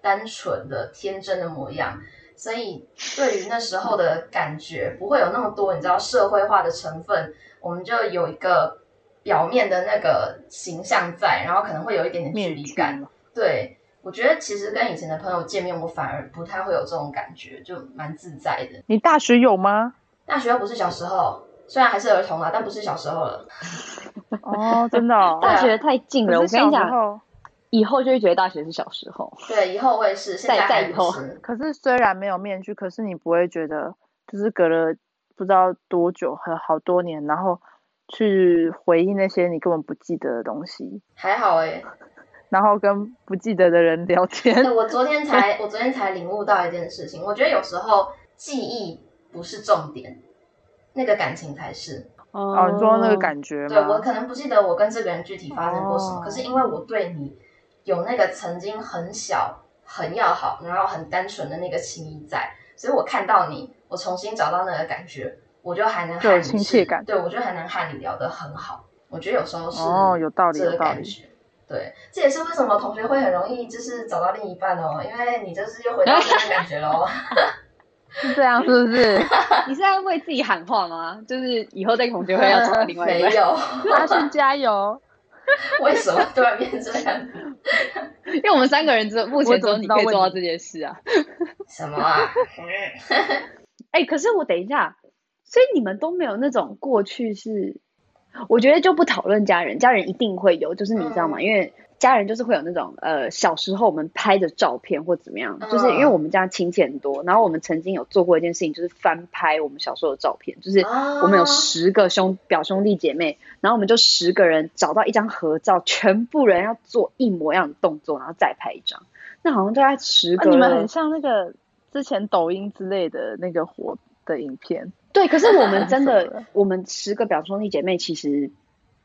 Speaker 1: 单纯的、天真的模样，所以对于那时候的感觉，不会有那么多你知道社会化的成分，我们就有一个表面的那个形象在，然后可能会有一点点距
Speaker 3: 面
Speaker 1: 离
Speaker 3: 具
Speaker 1: 感。
Speaker 3: 嘛
Speaker 1: 对，我觉得其实跟以前的朋友见面，我反而不太会有这种感觉，就蛮自在的。
Speaker 3: 你大学有吗？
Speaker 1: 大学又不是小时候，虽然还是儿童啦，但不是小时候了。
Speaker 3: 哦，真的、 哦。
Speaker 2: 大学太近了，
Speaker 3: 可
Speaker 2: 我
Speaker 3: 是
Speaker 2: 跟
Speaker 3: 小
Speaker 2: 你
Speaker 3: 时
Speaker 2: 讲，
Speaker 3: 候，
Speaker 2: 以后就会觉得大学是小时候。
Speaker 1: 对，以后会是，现
Speaker 2: 再
Speaker 1: 在还
Speaker 2: 再以
Speaker 1: 不
Speaker 2: 后
Speaker 1: 是。
Speaker 3: 可是虽然没有面具，可是你不会觉得就是隔了不知道多久和好多年，然后去回忆那些你根本不记得的东西，
Speaker 1: 还好 哎、
Speaker 3: 然后跟不记得的人聊
Speaker 1: 哎，
Speaker 3: 天。
Speaker 1: 我昨天才，我昨天才领悟到一件事情，我觉得有时候记忆不是重点，那个感情才是。
Speaker 3: 哦，你说那个
Speaker 2: 觉。
Speaker 3: 感觉
Speaker 1: 对我
Speaker 3: 吗？
Speaker 1: 可能不记得我跟这个人具体发生过什么，
Speaker 3: 哦
Speaker 1: 可是因为我对你有那个曾经很小、很要好，然后很单纯的那个情谊在，所以我看到你，我重新找到那个感觉，我就还能
Speaker 3: 就有
Speaker 1: 和你
Speaker 3: 亲
Speaker 1: 是
Speaker 3: 切感
Speaker 1: 对我就还能和你聊得很好。我觉得有时候是
Speaker 3: 哦有道理
Speaker 1: 这个
Speaker 3: 有道理
Speaker 1: 感觉。对，这也是为什么同学会很容易就是找到另一半哦，因为你就是又回到那个感觉 喽。
Speaker 3: 是这样，是不是？
Speaker 2: 你是在为自己喊话吗？就是以后在同学会要找另外
Speaker 1: 没
Speaker 2: 一 位，
Speaker 1: 有，
Speaker 3: 阿迅 加油！啊
Speaker 1: 为什么突然变这样？
Speaker 2: 因为我们三个人只有目前只有你可以做到
Speaker 3: 我怎么知道为你
Speaker 2: 这件事啊。
Speaker 1: 什么 啊？
Speaker 2: 哎、可是我等一下，所以你们都没有那种过去是，我觉得就不讨论家人，家人一定会有，就是你知道吗？因为家人就是会有那种呃小时候我们拍的照片或怎么样，就是因为
Speaker 1: 嗯
Speaker 2: 我们家亲戚很多，然后我们曾经有做过一件事情，就是翻拍我们小时候的照片，就是
Speaker 1: 啊
Speaker 2: 我们有十个兄表兄弟姐妹，然后我们就十个人找到一张合照，全部人要做一模一样的动作，然后再拍一张。那好像大概十
Speaker 3: 啊
Speaker 2: 个
Speaker 3: 你们
Speaker 2: 人
Speaker 3: 很像那个之前抖音之类的那个火的影片，
Speaker 2: 对，可是我 们真
Speaker 3: 什么
Speaker 2: 的
Speaker 3: 了，
Speaker 2: 我们十个表兄弟姐妹，其实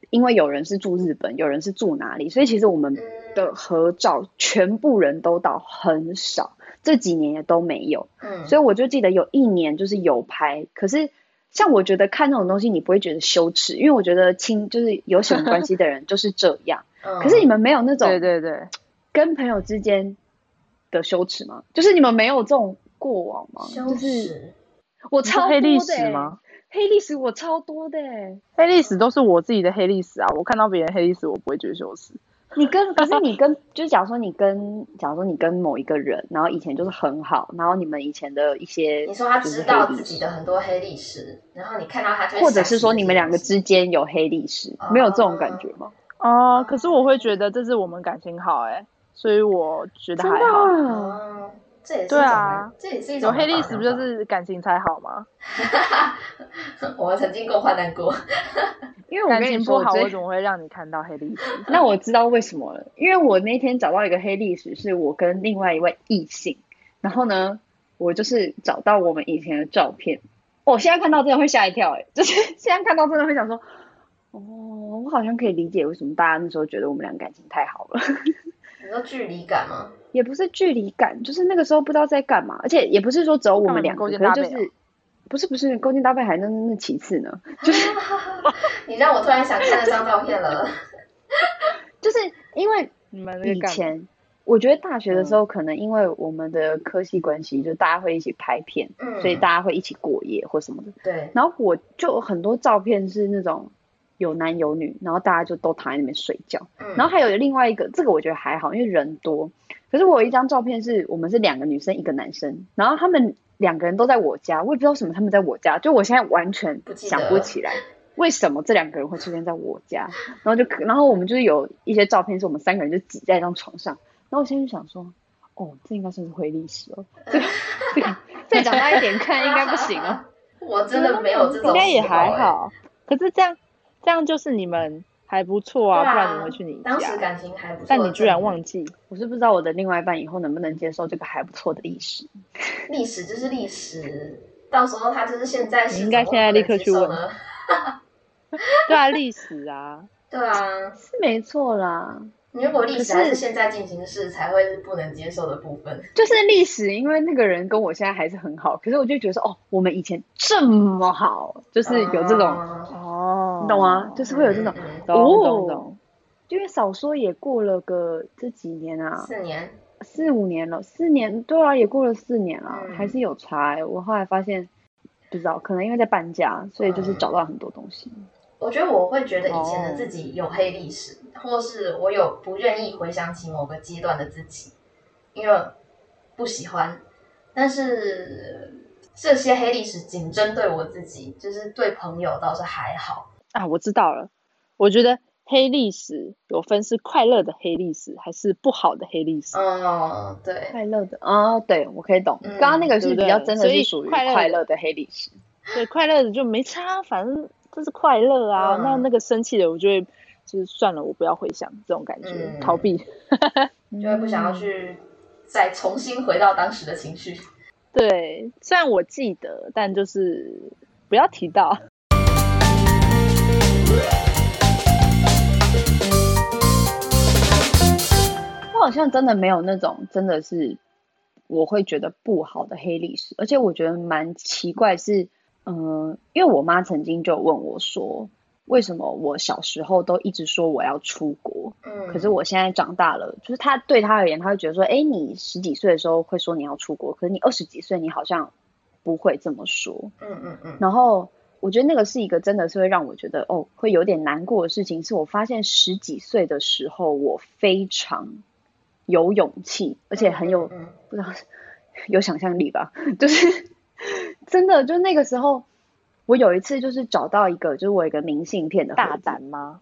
Speaker 2: 因为有人是住日本，有人是住哪里，所以其实我们
Speaker 1: 嗯
Speaker 2: 的合照全部人都到很少，这几年也都没有。
Speaker 1: 嗯
Speaker 2: 所以我就记得有一年就是有拍，可是像我觉得看这种东西，你不会觉得羞耻，因为我觉得亲就是有血缘关系的 人就是这样。
Speaker 1: 嗯
Speaker 2: 可是你们没有那
Speaker 3: 对
Speaker 2: 种
Speaker 3: 对对，
Speaker 2: 跟朋友之间的羞耻吗？就是你们没有这种过往吗？
Speaker 1: 羞
Speaker 2: 就是
Speaker 1: 耻，
Speaker 2: 我
Speaker 3: 你是
Speaker 2: 超
Speaker 3: 黑历
Speaker 2: 多的
Speaker 3: 史
Speaker 2: 欸
Speaker 3: 吗？
Speaker 2: 黑历史我超多的欸，
Speaker 3: 黑历史都是我自己的黑历史啊！我看到别人黑历史，我不会觉得羞耻。
Speaker 2: 你 跟可是你跟，就是假如说你跟，假如说你跟某一个人，然后以前就是很好，然后你们以前的一些，
Speaker 1: 你说他
Speaker 2: 就是
Speaker 1: 知
Speaker 2: 黑
Speaker 1: 道
Speaker 2: 历
Speaker 1: 自己
Speaker 2: 史
Speaker 1: 的很多黑历史，然后你看到他就会
Speaker 2: 或者
Speaker 1: 想起
Speaker 2: 是说
Speaker 1: 这
Speaker 2: 你
Speaker 1: 些
Speaker 2: 们两个
Speaker 1: 东西
Speaker 2: 之间有黑历史，
Speaker 3: 啊
Speaker 2: 没有这种感觉吗？
Speaker 3: 哦，可是我会觉得这是我们感情好哎、所以我觉得还好。
Speaker 2: 啊？
Speaker 1: 哦，这也是一
Speaker 3: 嗯对
Speaker 1: 种
Speaker 3: 啊
Speaker 1: 蛮，这也是一
Speaker 3: 有
Speaker 1: 种
Speaker 3: 黑
Speaker 1: 蛮
Speaker 3: 历
Speaker 1: 好
Speaker 3: 史
Speaker 1: 的
Speaker 3: 不就
Speaker 1: 方法？
Speaker 3: 是感情才好吗？
Speaker 1: 我们曾经共患难过，
Speaker 2: 因为我
Speaker 3: 感
Speaker 2: 跟
Speaker 3: 情
Speaker 2: 你说，
Speaker 3: 不
Speaker 2: 我
Speaker 3: 好，
Speaker 2: 最
Speaker 3: 我怎么会让你看到黑历史？
Speaker 2: 那我知道为什么了，因为我那天找到一个黑历史，是我跟另外一位异性，然后呢，我就是找到我们以前的照片，我、现在看到真的会吓一跳、欸，就是现在看到真的会想说，哦，我好像可以理解为什么大家那时候觉得我们俩感情太好了，
Speaker 1: 你说距离感吗？
Speaker 2: 也不是距离感，就是那个时候不知道在干嘛，而且也不是说只有我
Speaker 3: 干嘛
Speaker 2: 们
Speaker 3: 你
Speaker 2: 两
Speaker 3: 勾
Speaker 2: 个，
Speaker 3: 肩
Speaker 2: 可
Speaker 3: 搭
Speaker 2: 是就
Speaker 3: 背啊
Speaker 2: 是。不是不是，勾肩搭背还那那那其次呢，
Speaker 1: 你让我突然想看那张照片 了。
Speaker 2: 就是因为
Speaker 3: 你们那
Speaker 2: 以
Speaker 3: 个干嘛嗯
Speaker 2: 前我觉得大学的时候，可能因为我们的科系关系，就大家会一起拍片，
Speaker 1: 嗯，
Speaker 2: 所以大家会一起过夜或什么的。
Speaker 1: 对，
Speaker 2: 然后我就有很多照片是那种有男有女，然后大家就都躺在那边睡觉。
Speaker 1: 嗯，
Speaker 2: 然后还有另外一个，这个我觉得还好，因为人多。可是我有一张照片是我们是两个女生一个男生，然后他们两个人都在我家，我也不知道为什么他们在我家，就我现在完全
Speaker 1: 不记得
Speaker 2: 想不起来为什么这两个人会出现在我家。然后就然后我们就是有一些照片是我们三个人就挤在一张床上，然后我现在就想说，哦，这应该算是回历史哦，这个 这个再长大一点看应该不行哦。
Speaker 1: 我真的没有这种，欸
Speaker 3: 应该也还。好，可是这样这样就是你们还不错啊，
Speaker 1: 对啊
Speaker 3: 不然怎么会去你家
Speaker 1: 当？时感情还不错，
Speaker 3: 但你居然忘
Speaker 1: 记
Speaker 3: 记，
Speaker 2: 我是不知道我的另外一半以后能不能接受这个还不错的历史。
Speaker 1: 历史就是历史，到时候他就是现在是
Speaker 3: 你应该
Speaker 1: 怎么
Speaker 3: 现在立刻
Speaker 1: 能接
Speaker 3: 去
Speaker 1: 受
Speaker 3: 问
Speaker 1: 呢。
Speaker 3: 对啊，历史啊，
Speaker 1: 对啊，
Speaker 2: 是没错啦，
Speaker 1: 你如果历史还
Speaker 2: 可
Speaker 1: 是
Speaker 2: 是
Speaker 1: 现在进行式，才会是不能接受的部分。
Speaker 2: 就是历史，因为那个人跟我现在还是很好，可是我就觉得说，哦，我们以前这么好，就是有这种，
Speaker 1: 哦
Speaker 3: 哦
Speaker 2: 你懂吗？就是会有这种，
Speaker 1: 嗯嗯
Speaker 3: 懂懂
Speaker 2: 哦
Speaker 3: 懂，
Speaker 2: 因为少说也过了个这几年啊，
Speaker 1: 四年，
Speaker 2: 四五年了，四年，对啊，也过了四年了，
Speaker 1: 嗯
Speaker 2: 还是有差、欸。我后来发现，不知道，可能因为在搬家，所以就是找到很多东西。
Speaker 1: 我觉得我会觉得以前的自己有黑历史，
Speaker 2: 哦
Speaker 1: 或是我有不愿意回想起某个阶段的自己，因为不喜欢。但是这些黑历史仅针对我自己，就是对朋友倒是还好。
Speaker 3: 啊，我知道了。我觉得黑历史有分是快乐的黑历史，还是不好的黑历史。
Speaker 1: 嗯，对，
Speaker 2: 快乐的啊、对我可以懂。
Speaker 1: 嗯
Speaker 2: 刚刚那个是
Speaker 3: 对不
Speaker 2: 比
Speaker 3: 对
Speaker 2: 较真的
Speaker 3: 所以
Speaker 2: 是属于
Speaker 3: 快乐的
Speaker 2: 快乐的黑历史。
Speaker 3: 对，快乐的就没差，反正这是快乐啊。
Speaker 1: 嗯
Speaker 3: 那那个生气的，我就会就是算了，我不要回想这种感觉，
Speaker 1: 嗯
Speaker 3: 逃避。
Speaker 1: 就会不想要去
Speaker 2: 嗯
Speaker 1: 再重新回到当时的情绪。
Speaker 3: 对，虽然我记得，但就是不要提到。
Speaker 2: 我好像真的没有那种真的是我会觉得不好的黑历史，而且我觉得蛮奇怪是，嗯、因为我妈曾经就问我说，为什么我小时候都一直说我要出国，
Speaker 1: 嗯，
Speaker 2: 可是我现在长大了，就是她对她而言，她会觉得说，哎，你十几岁的时候会说你要出国，可是你二十几岁你好像不会这么说，
Speaker 1: 嗯嗯嗯，
Speaker 2: 然后。我觉得那个是一个真的是会让我觉得哦，会有点难过的事情，是我发现十几岁的时候我非常有勇气，而且很有
Speaker 1: 嗯
Speaker 2: 不知道有想象力吧， 就是真的，就那个时候，我有一次就是找到一个，就是我有一个明信片的盒
Speaker 3: 大
Speaker 2: 子，
Speaker 3: 胆吗？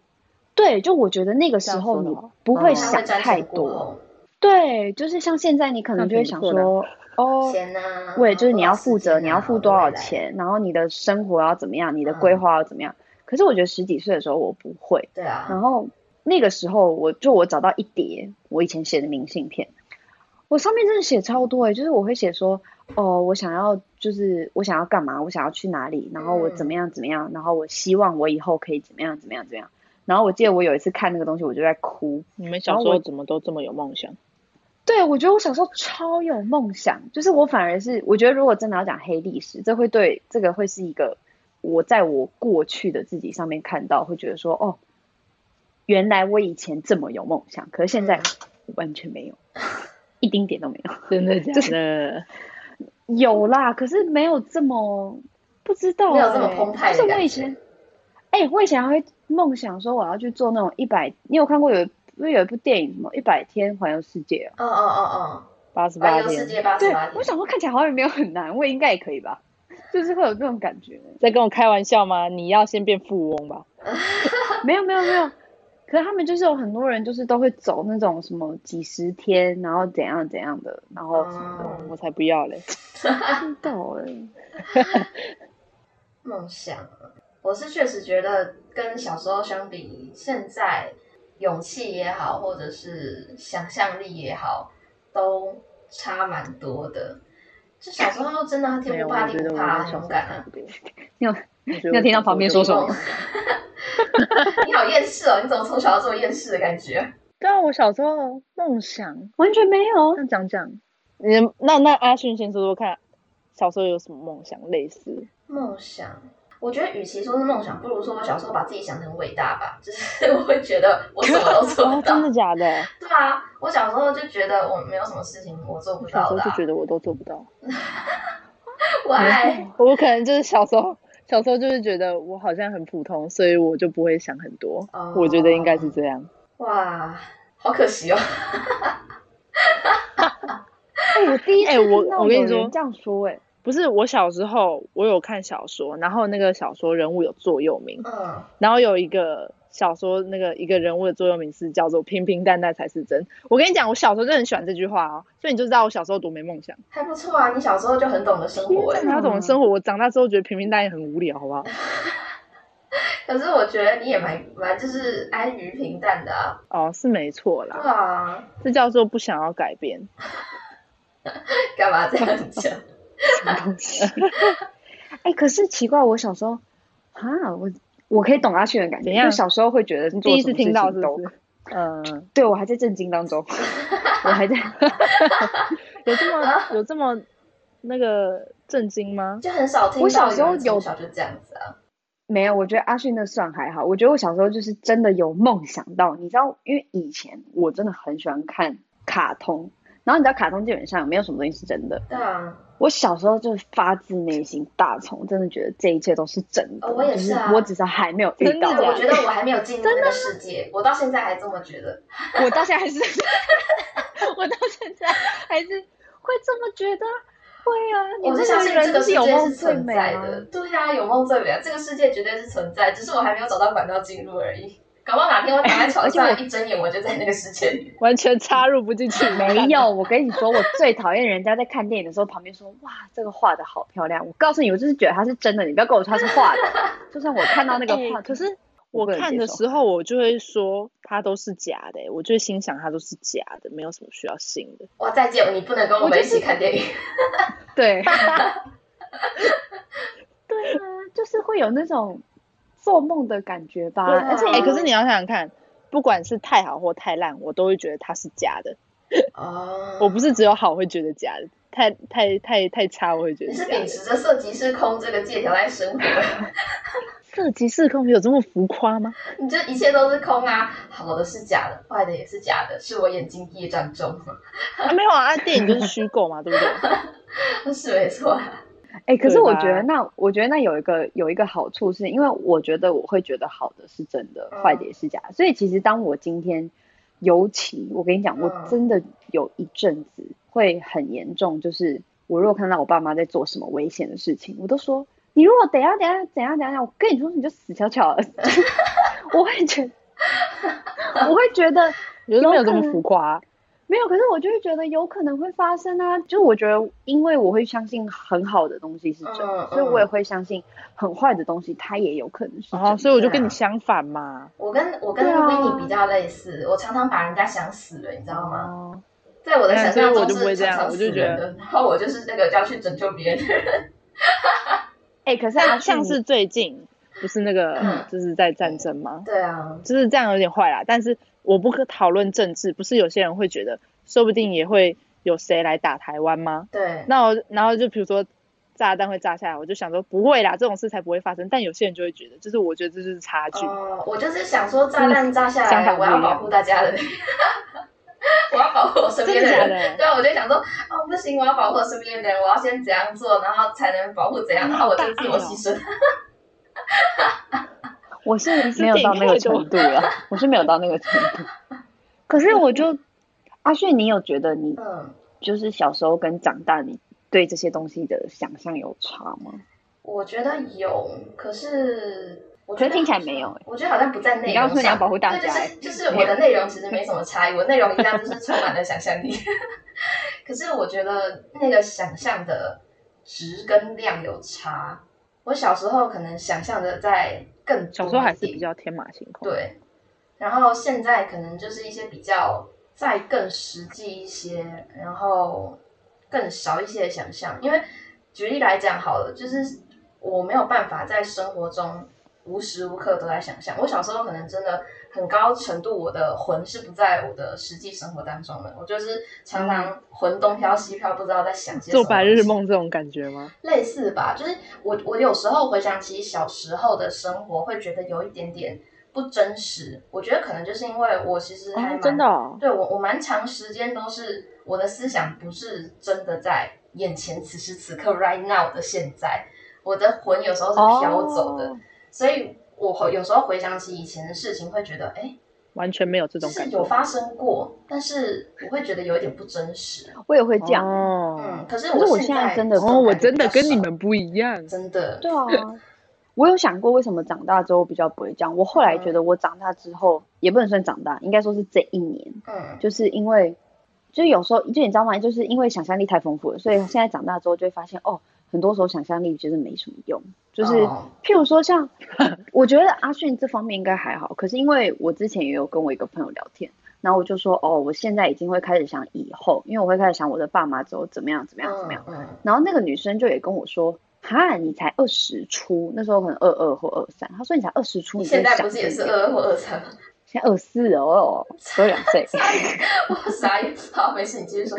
Speaker 2: 对，就我觉得那个
Speaker 3: 这
Speaker 2: 时
Speaker 3: 样
Speaker 2: 候
Speaker 3: 说的
Speaker 2: 你
Speaker 3: 好
Speaker 2: 不会
Speaker 3: 嗯
Speaker 1: 他
Speaker 2: 想
Speaker 1: 会瞻
Speaker 2: 太
Speaker 1: 前顾
Speaker 2: 多，
Speaker 1: 后，
Speaker 2: 对，就是像现在你可
Speaker 3: 那
Speaker 2: 能就会
Speaker 3: 挺不
Speaker 2: 想
Speaker 3: 错的
Speaker 2: 说，哦，
Speaker 1: 钱呐、啊，
Speaker 2: 对，就是你要负
Speaker 1: 多少时间
Speaker 2: 责，
Speaker 1: 啊
Speaker 2: 你要付多少？钱，然后你的生活要怎么样，你的规
Speaker 1: 嗯
Speaker 2: 划要怎么样。可是我觉得十几岁的时候我不会，
Speaker 1: 对啊，
Speaker 2: 然后那个时候，我就我找到一叠我以前写的明信片，我上面真的写超多诶、欸就是我会写说，哦，我想要就是我想要干嘛，我想要去哪里，然后我怎么样怎么样，然后我希望我以后可以怎么样怎么样怎么样。然后我记得我有一次看那个东西，我就在哭。
Speaker 3: 你们小时候怎么都这么有梦想？
Speaker 2: 对，我觉得我小时候超有梦想，就是我反而是我觉得如果真的要讲黑历史，这会对这个会是一个我在我过去的自己上面看到，会觉得说哦，原来我以前这么有梦想，可是现在完全没有，一丁点都没有。
Speaker 3: 真的假的？
Speaker 2: 有啦，可是没有这么不知道、欸，
Speaker 1: 没有这么澎湃的
Speaker 2: 就是我
Speaker 1: 感
Speaker 2: 以
Speaker 1: 觉
Speaker 2: 前，哎、我以前还会梦想说我要去做那种一百，你有看过有不是有一部电影什么一百天环游世界啊？
Speaker 1: 嗯嗯嗯
Speaker 3: 八十
Speaker 1: 嗯，
Speaker 3: 八
Speaker 1: 环游世
Speaker 3: 天，
Speaker 1: 界八十
Speaker 2: 对
Speaker 1: 八，天
Speaker 2: 我，想说看起来好像也没有很难，我应该也可以 吧，就是会有这种感觉。
Speaker 3: 在跟我开玩笑吗？你要先变富翁吧？
Speaker 2: 没有没有没有，可是他们就是有很多人就是都会走那种什么几十天，然后怎样怎样的，然后什
Speaker 3: 哦
Speaker 2: 么的，
Speaker 1: 嗯
Speaker 3: 我才不要嘞！
Speaker 2: 不知道哎、
Speaker 1: 梦想啊，我是确实觉得跟小时候相比，现在勇气也好，或者是想象力也好，都差蛮多的。就小时候真的啊
Speaker 3: 没
Speaker 1: 天
Speaker 3: 有，
Speaker 1: 不
Speaker 3: 我
Speaker 1: 怕
Speaker 3: 觉
Speaker 1: 地
Speaker 3: 得
Speaker 1: 不
Speaker 3: 我
Speaker 1: 怕，
Speaker 3: 跟
Speaker 1: 很
Speaker 3: 小
Speaker 1: 勇
Speaker 3: 时候
Speaker 1: 敢
Speaker 3: 差
Speaker 1: 啊！
Speaker 3: 不多。
Speaker 2: 你有
Speaker 3: 你
Speaker 2: 你有听到旁边说什么吗？
Speaker 1: 你好厌世哦，你怎么从小要做厌世的感觉？
Speaker 3: 对啊，我小时候梦想，
Speaker 2: 完全没有
Speaker 3: 那讲讲，你那那阿迅先说说看，小时候有什么梦想类似？
Speaker 1: 梦想，我觉得与其说是梦想，不如说我小时候把自己想得很伟大吧。 就是我会觉得我什么都做
Speaker 3: 哦
Speaker 1: 不，到
Speaker 3: 真。的假的？
Speaker 1: 对啊，我小时候就觉得我没有什么事情我做不
Speaker 3: 我小
Speaker 1: 到
Speaker 3: 时候
Speaker 1: 的、
Speaker 3: 就
Speaker 1: 啊。
Speaker 3: 觉得我都做不到，
Speaker 1: 我爱
Speaker 3: 我可能就是小时候，小时候就是觉得我好像很普通，所以我就不会想很多。
Speaker 1: 哦
Speaker 3: 我觉得应该是这样。
Speaker 1: 哇，好可惜哦。
Speaker 2: 哎、我第一次
Speaker 3: 哎我
Speaker 2: 听到
Speaker 3: 我跟
Speaker 2: 有
Speaker 3: 你说
Speaker 2: 人这样说、哎，
Speaker 3: 不是我小时候，我有看小说，然后那个小说人物有座右铭，
Speaker 1: 嗯，
Speaker 3: 然后有一个小说那个一个人物的座右铭是叫做“平平淡淡才是真”。我跟你讲，我小时候就很喜欢这句话哦，所以你就知道我小时候多没梦想。
Speaker 1: 还不错啊，你小时候就很懂得生活哎
Speaker 2: 天。哪
Speaker 3: 然后懂生活，我长大之后觉得平平淡淡很无聊，好不啊好？
Speaker 1: 可是我觉得你也蛮蛮就是安于平淡的啊。
Speaker 3: 哦，是没错
Speaker 1: 对
Speaker 3: 啦，
Speaker 1: 啊，
Speaker 3: 这叫做不想要改变。
Speaker 1: 干嘛这样讲？
Speaker 2: 什么东西？ 哎、可是奇怪，我小时候啊，我我可以懂阿迅的感觉，
Speaker 3: 怎
Speaker 2: 因
Speaker 3: 样
Speaker 2: 为小时候会觉得
Speaker 3: 你
Speaker 2: 做
Speaker 3: 第一
Speaker 2: 什
Speaker 3: 次
Speaker 2: 么事
Speaker 3: 听到
Speaker 2: 情
Speaker 3: 是
Speaker 2: 都
Speaker 3: 不是？嗯，
Speaker 2: 对我还在震惊当 中，我还在
Speaker 3: 有这 么有这么那个震惊吗？
Speaker 1: 就很少听到
Speaker 2: 我小时候
Speaker 1: 有人从
Speaker 2: 有
Speaker 1: 小就这样子啊。
Speaker 2: 没有，我觉得阿迅那算还好。我觉得我小时候就是真的有梦想到，你知道，因为以前我真的很喜欢看卡通，然后你知道卡通基本上没有什么东西是真的。
Speaker 1: 对啊，
Speaker 2: 我小时候就是发自内心大从真的觉得这一切都是真的，
Speaker 1: 哦我也是啊
Speaker 2: 就是我只是还没有遇
Speaker 3: 真的啊
Speaker 1: 但
Speaker 2: 到
Speaker 3: 假
Speaker 2: 而
Speaker 1: 我
Speaker 2: 已，
Speaker 1: 觉得我还没有进入那个世界，我到现在还这么觉得。
Speaker 2: 我到现在还是， 我到现在还是会这么觉得，会啊，你
Speaker 1: 我
Speaker 2: 们
Speaker 1: 是相信这
Speaker 2: 人
Speaker 1: 个
Speaker 2: 就
Speaker 1: 世
Speaker 2: 有
Speaker 1: 界
Speaker 2: 梦
Speaker 1: 是
Speaker 2: 最
Speaker 1: 存
Speaker 2: 美
Speaker 1: 在
Speaker 2: 啊。
Speaker 1: 的。对啊，有梦最美啊，这个世界绝对是存在，只是我还没有找到管道进入而已。搞不好哪天我躺在床
Speaker 2: 哎而
Speaker 1: 上
Speaker 2: 且
Speaker 1: 一睁眼，我就在那个世界里。
Speaker 3: 完全插入不进去。
Speaker 2: 没有，我跟你说，我最讨厌人家在看电影的时候旁边说哇，这个画的好漂亮。我告诉你，我就是觉得它是真的，你不要跟我说它是画 的。就算我看到那个
Speaker 3: 哎
Speaker 2: 画，
Speaker 3: 可
Speaker 2: 就是我
Speaker 3: 我
Speaker 2: 不能
Speaker 3: 看
Speaker 2: 接
Speaker 3: 的
Speaker 2: 受
Speaker 3: 时候，我就会说它都是假的欸、我就会心想它都是假的，没有什么需要信的。
Speaker 1: 哇，再见，你不能跟我
Speaker 2: 我就
Speaker 1: 们一起
Speaker 2: 是
Speaker 1: 看电 影。
Speaker 2: 对， 对啊，就是会有那种做梦的感觉吧。
Speaker 3: 对
Speaker 2: 而且
Speaker 1: 啊
Speaker 3: 哎、可是你要想想看，不管是太好或太烂，我都会觉得它是假的。
Speaker 1: 哦，
Speaker 3: 我不是只有好会觉得假的，太太太太差我会觉
Speaker 1: 你
Speaker 3: 得
Speaker 1: 是
Speaker 3: 假
Speaker 1: 秉
Speaker 3: 的。
Speaker 1: 持着色即是空这个借条来生活，
Speaker 3: 色即是空有这么浮夸吗？
Speaker 1: 你就一切都是空啊，好的是假的，坏的也是假的，是我眼睛业障重，
Speaker 3: 啊没有啊，电影就是虚构嘛，对不 对？
Speaker 1: 是没错啊。
Speaker 2: 哎、可是
Speaker 3: 对
Speaker 2: 我
Speaker 3: 吧
Speaker 2: 觉得那，我觉得那有一个有一个好处是，因为我觉得我会觉得好的是真的，
Speaker 1: 嗯
Speaker 2: 坏的也是假的。所以其实当我今天，尤其我跟你讲，我
Speaker 1: 嗯
Speaker 2: 真的有一阵子会很严重，就是我如果看到我爸妈在做什么危险的事情，我都说你如果等一下等一下怎样怎样，我跟你说你就死翘翘了。 我会觉得，我会觉得。
Speaker 3: 有没有这
Speaker 2: 可
Speaker 3: 么
Speaker 2: 能
Speaker 3: 浮夸、啊
Speaker 2: 没有，可是我就会觉得有可能会发生啊。就是我觉得，因为我会相信很好的东西是真的，
Speaker 1: 嗯
Speaker 2: 所以我也会相信很坏的东西，它也有可能是真的。
Speaker 3: 哦，所以我就跟
Speaker 1: 啊
Speaker 3: 你相反嘛。
Speaker 1: 我跟我跟
Speaker 2: 对啊
Speaker 1: Winnie 比较类似，我常常把人家想死了，你知道吗？
Speaker 3: 哦，
Speaker 1: 在我的
Speaker 3: 哎
Speaker 1: 想
Speaker 3: 所以
Speaker 1: 象
Speaker 3: 我
Speaker 1: 中
Speaker 3: 就不会
Speaker 1: 是
Speaker 3: 这
Speaker 1: 常
Speaker 3: 样
Speaker 1: 常
Speaker 3: 我
Speaker 1: 死
Speaker 3: 就觉
Speaker 1: 人的，然后我就是那个要去拯救别人 的人。
Speaker 2: 哎、可是
Speaker 3: 但
Speaker 2: 阿
Speaker 3: 好像
Speaker 2: 迅
Speaker 3: 是最近不是那个
Speaker 1: 嗯
Speaker 3: 就是在战争吗？
Speaker 1: 对啊，
Speaker 3: 就是这样有点坏啦。但是我不可讨论政治，不是有些人会觉得，说不定也会有谁来打台湾吗？
Speaker 1: 对，
Speaker 3: 那我然后就比如说炸弹会炸下来，我就想说不会啦，这种事才不会发生。但有些人就会觉得，就是我觉得这就是差距。
Speaker 1: 呃哦，我就是想说炸弹炸下来，
Speaker 3: 嗯想法不
Speaker 1: 我
Speaker 3: 一
Speaker 1: 要
Speaker 3: 样
Speaker 1: 保护大家的，我要保护我身边
Speaker 3: 真的
Speaker 1: 人。
Speaker 3: 假的
Speaker 1: 对啊，我就想说，哦，不行，我要保护我身边的人，我要先怎样做，然后才能保护怎样，
Speaker 3: 你
Speaker 1: 然
Speaker 3: 好
Speaker 1: 后我
Speaker 3: 大
Speaker 1: 就自我
Speaker 3: 爱哦
Speaker 1: 牺牲。
Speaker 2: 我是
Speaker 3: 是
Speaker 2: 没有
Speaker 3: 电
Speaker 2: 到那个
Speaker 3: 太多
Speaker 2: 程度 了，我是没有到那个程度。 可是我就， 阿炫，你有觉得你
Speaker 1: 嗯，
Speaker 2: 就是小时候跟长大，你对这些东西的想象有差吗？
Speaker 1: 我觉得有，可是我
Speaker 2: 可
Speaker 1: 觉
Speaker 2: 是
Speaker 1: 得
Speaker 2: 听起来
Speaker 1: 好
Speaker 2: 没
Speaker 1: 像
Speaker 2: 有欸
Speaker 1: 我觉得好像不在内容上。
Speaker 2: 你刚刚说你要保护大
Speaker 1: 对，就
Speaker 2: 家欸
Speaker 1: 是就是我的内容其实没什么差异，我内容一样就是充满了想象力。 可是我觉得那个想象的值跟量有差。我小时候可能想象的在更多
Speaker 3: 小时候还是
Speaker 1: 一点
Speaker 3: 比较天马行空。，
Speaker 1: 对，然后现在可能就是一些比较再更实际一些，然后更少一些的想象。因为举例来讲好了，就是我没有办法在生活中无时无刻都在想象。我小时候可能真的很高程度，我的魂是不在我的实际生活当中的，我就是常常魂东飘西飘，不知道在想些什么。
Speaker 3: 嗯做白日梦这种感觉吗？
Speaker 1: 类似吧，就是我我有时候回想起小时候的生活，会觉得有一点点不真实。我觉得可能就是因为我其实还蛮、
Speaker 3: 哦，真的、哦，
Speaker 1: 对我我蛮长时间都是我的思想不是真的在眼前此时此刻 right now 的现在，我的魂有时候是飘走的，
Speaker 3: 哦
Speaker 1: 所以我回有时候回想起以前的事情，会觉得哎，
Speaker 3: 完全没有
Speaker 1: 就
Speaker 3: 这种
Speaker 1: 是
Speaker 3: 感
Speaker 1: 有
Speaker 3: 觉。
Speaker 1: 发生过，但是我会觉得有一点不真实。
Speaker 2: 我嗯也会这样。
Speaker 1: 嗯，
Speaker 3: 哦，
Speaker 1: 可是
Speaker 2: 可是我
Speaker 1: 现
Speaker 2: 现在真的
Speaker 1: 这种
Speaker 3: 哦，我
Speaker 1: 感觉
Speaker 3: 真
Speaker 1: 比
Speaker 3: 的
Speaker 1: 较
Speaker 3: 跟你
Speaker 1: 少
Speaker 3: 们不一
Speaker 2: 嗯
Speaker 3: 样。
Speaker 1: 真的
Speaker 2: 对啊， 我有想过为什么长大之后比较不会这样。我后来觉得我长大之后，也不能算长大，应该说是这一年，
Speaker 1: 嗯。
Speaker 2: 就是因为，就是有时候，就你知道吗？就是因为想象力太丰富了，所以现在长大之后就会发现，哦，很多时候想象力其实没什么用。就是、
Speaker 1: 哦
Speaker 2: 譬如说像， 我觉得阿迅这方面应该还好，可是因为我之前也有跟我一个朋友聊天，然后我就说，哦，我现在已经会开始想以后，因为我会开始想我的爸妈之后怎么样怎么样怎么样。
Speaker 1: 嗯
Speaker 2: 然后那个女生就也跟我说，哈，你才二十出，那时候可能二二或二三，她说你才二十
Speaker 1: 嗯
Speaker 2: 出，你
Speaker 1: 现
Speaker 2: 就
Speaker 1: 在
Speaker 2: 想
Speaker 1: 不是也
Speaker 2: 这
Speaker 1: 是
Speaker 2: 个
Speaker 1: 二或二三 吗？
Speaker 2: 现在二四哦，只有两 岁。
Speaker 1: 我傻眼，好，没事，你继续说。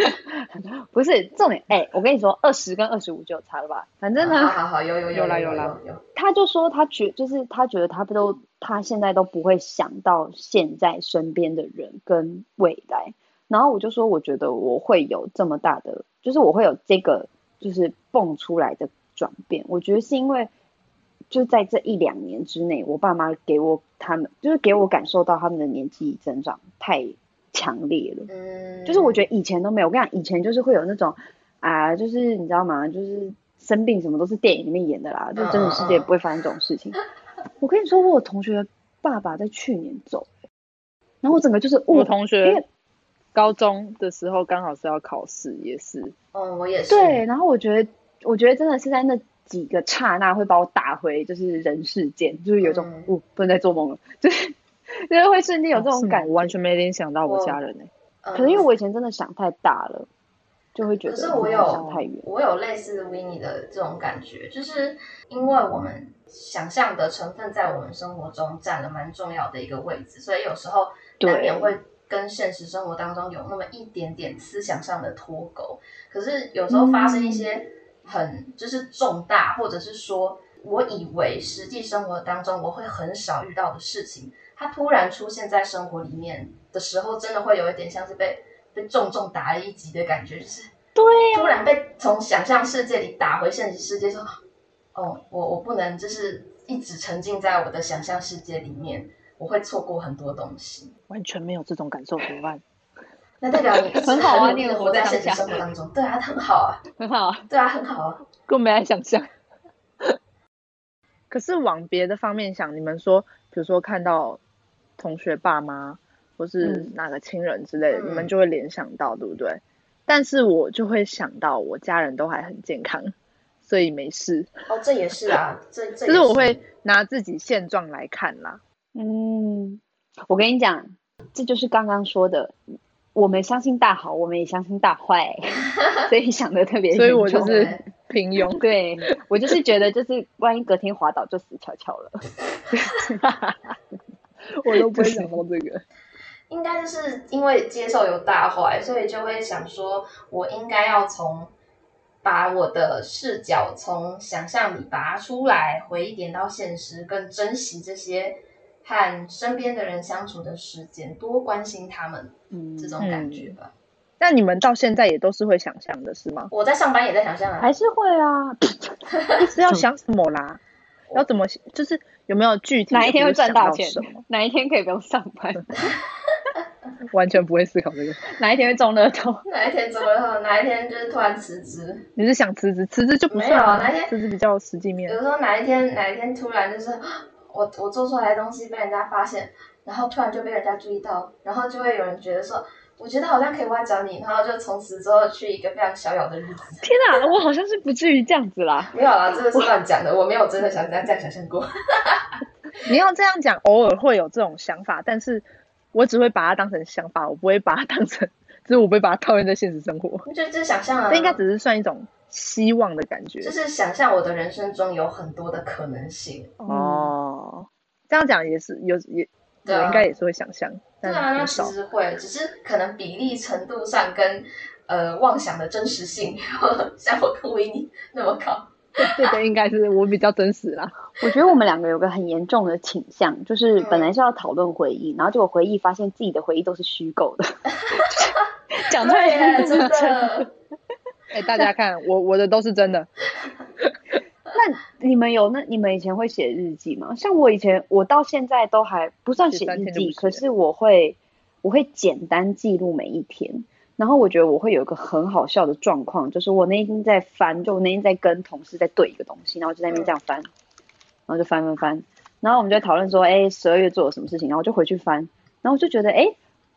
Speaker 2: 不是重点，哎、我跟你说，二十跟二十五就有差了吧？反正
Speaker 1: 好
Speaker 2: 呢，
Speaker 1: 好好，有有
Speaker 3: 有啦
Speaker 1: 有
Speaker 3: 有啦
Speaker 1: 有有。
Speaker 2: 他就说他觉，就是他觉得他不都，他现在都不会想到现在身边的人跟未来。然后我就说，我觉得我会有这么大的，就是我会有这个，就是蹦出来的转变。我觉得是因为，就在这一两年之内，我爸妈给我他们，就是给我感受到他们的年纪增长太强烈了。
Speaker 1: 嗯，
Speaker 2: 就是我觉得以前都没有，我跟你讲，以前就是会有那种啊、就是你知道吗？就是生病什么都是电影里面演的啦，就真
Speaker 3: 嗯
Speaker 2: 实世界不会发生这种事情。我跟你说，我有同学爸爸在去年走，然后我整个就是
Speaker 3: 我
Speaker 2: 我
Speaker 3: 同
Speaker 2: 嗯因为
Speaker 3: 学高中的时候刚好是要考试，也是
Speaker 1: 嗯，我也是。
Speaker 2: 对，然后我觉得，我觉得真的是在那几个刹那会把我打回就是人世间，就是有种
Speaker 1: 嗯
Speaker 2: 我、哦不能再做梦了，就是就是会瞬间有这
Speaker 3: 哦是
Speaker 2: 种
Speaker 3: 吗
Speaker 2: 感
Speaker 3: 我
Speaker 2: 觉。
Speaker 3: 完全没联想到我
Speaker 1: 我
Speaker 3: 家人呢、欸
Speaker 1: 嗯，
Speaker 2: 可能因为我以前真的想太大了，就会觉
Speaker 1: 可
Speaker 2: 得
Speaker 1: 是我
Speaker 2: 嗯
Speaker 1: 有
Speaker 2: 想太远。
Speaker 1: 我有类似 w i n n 的这种感觉，就是因为我们想象的成分在我们生活中占了蛮重要的一个位置，所以有时候
Speaker 2: 对
Speaker 1: 难免会跟现实生活当中有那么一点点思想上的脱钩。可是有时候发
Speaker 2: 嗯
Speaker 1: 生一些很就是重大，或者是说我以为实际生活当中我会很少遇到的事情，它突然出现在生活里面的时候，真的会有一点像是被被重重打了一击的感觉，就是。
Speaker 2: 对啊
Speaker 1: 突然被从想象世界里打回现实世界，说，哦，我我不能就是一直沉浸在我的想象世界里面，我会错过很多东西。
Speaker 3: 完全没有这种感受，怎么办？
Speaker 1: 那代表你
Speaker 2: 很好啊
Speaker 1: 你
Speaker 2: 你有
Speaker 1: 活在
Speaker 2: 活
Speaker 1: 现
Speaker 2: 在
Speaker 1: 实
Speaker 2: 当下
Speaker 1: 生活当中，对啊，很好啊，
Speaker 2: 很好，
Speaker 1: 对啊，很好啊。
Speaker 2: 更没来想象。
Speaker 3: 可是往别的方面想，你们说，比如说看到同学爸妈或是
Speaker 2: 嗯
Speaker 3: 哪个亲人之类的，
Speaker 1: 嗯
Speaker 3: 你们就会联想到，对不对？但是我就会想到我家人都还很健康，所以没事。
Speaker 1: 哦，这也是啊，这这也
Speaker 3: 就是我会拿自己现状来看啦。
Speaker 2: 嗯，我跟你讲，这就是刚刚说的，我们相信大好，我们也相信大 坏，所以想的特别
Speaker 3: 所以
Speaker 2: 严
Speaker 3: 我就
Speaker 2: 重。
Speaker 3: 是
Speaker 1: 欸
Speaker 3: 平庸
Speaker 2: 对我就是觉得，就是万一隔天滑倒就死翘翘了。
Speaker 3: 我都不
Speaker 2: 就
Speaker 3: 会
Speaker 2: 是
Speaker 3: 想到这个。
Speaker 1: 应该就是因为接受有大坏，所以就会想说，我应该要从把我的视角从想象里拔出来，回一点到现实，更珍惜这些和身边的人相处的时间，多关心他们，
Speaker 2: 嗯
Speaker 1: 这种感觉吧。
Speaker 3: 那你们到现在也都是会想象的是吗？
Speaker 1: 我在上班也在想象啊
Speaker 2: 还，是会 啊，
Speaker 3: 一直要想什么啦？要怎么就是有没有具体的
Speaker 4: 哪一天会赚大钱
Speaker 3: 比如想到什么？
Speaker 4: 哪一天可以不用上班？
Speaker 3: 完全不会思考这个。
Speaker 4: 哪一天会中乐透？
Speaker 1: 哪一天怎么了？哪一天就是突然辞职？
Speaker 3: 你是想辞职？辞职就不算
Speaker 1: 没有
Speaker 3: 啊
Speaker 1: 哪一天
Speaker 3: 辞职比较有实际
Speaker 1: 比
Speaker 3: 面
Speaker 1: 如。说哪一天哪一天突然就是 啊我我做出来的东西被人家发现，然后突然就被人家注意到，然后就会有人觉得说，我觉得好像可以挖角你，然后就从此之后去一个非常逍遥的日 子。
Speaker 2: 天哪，我好像是不至于这样子啦。
Speaker 1: 没有啦，这个是乱讲的，我没有真的想这样这样想象 过。
Speaker 3: 你要这样讲，偶尔会有这种想法，但是我只会把它当成想法，我不会把它当成，就是我不会把它套用在现实生活。
Speaker 1: 就就是想象啊，
Speaker 3: 这应该只是算一种希望的感觉
Speaker 1: 就。是想象我的人生中有很多的可能性。
Speaker 3: 嗯哦，这样讲也是有也，我
Speaker 1: 对啊
Speaker 3: 应该也是会想象，
Speaker 1: 对
Speaker 3: 但
Speaker 1: 啊，那
Speaker 3: 很
Speaker 1: 其
Speaker 3: 少。
Speaker 1: 实会，只是可能比例程度上跟呃妄想的真实性， 像我跟维尼那么高。
Speaker 3: 这这个应该是我比较真实啦。
Speaker 2: 我觉得我们两个有个很严重的倾向，就是
Speaker 1: 嗯
Speaker 2: 本来是要讨论回忆，然后结果回忆发现自己的回忆都是虚构的。
Speaker 4: 讲出
Speaker 1: 对耶，
Speaker 4: 来
Speaker 1: 真的。
Speaker 3: 哎，大家看我我的都是真的，
Speaker 2: 那你们有那你们以前会写日记吗？像我以前，我到现在都还不算写
Speaker 3: 13
Speaker 2: 日
Speaker 3: 天就不
Speaker 2: 记，
Speaker 3: 写
Speaker 2: 可是我会我会简单记录每一天。然后我觉得我会有一个很好笑的状况，就是我那天在翻，就我那天在跟同事在对一个东西，然后就在那边这样翻，然后就翻翻翻，然后我们就在讨论说，哎，十二月做了什么事情，然后我就回去翻，然后我就觉得，哎，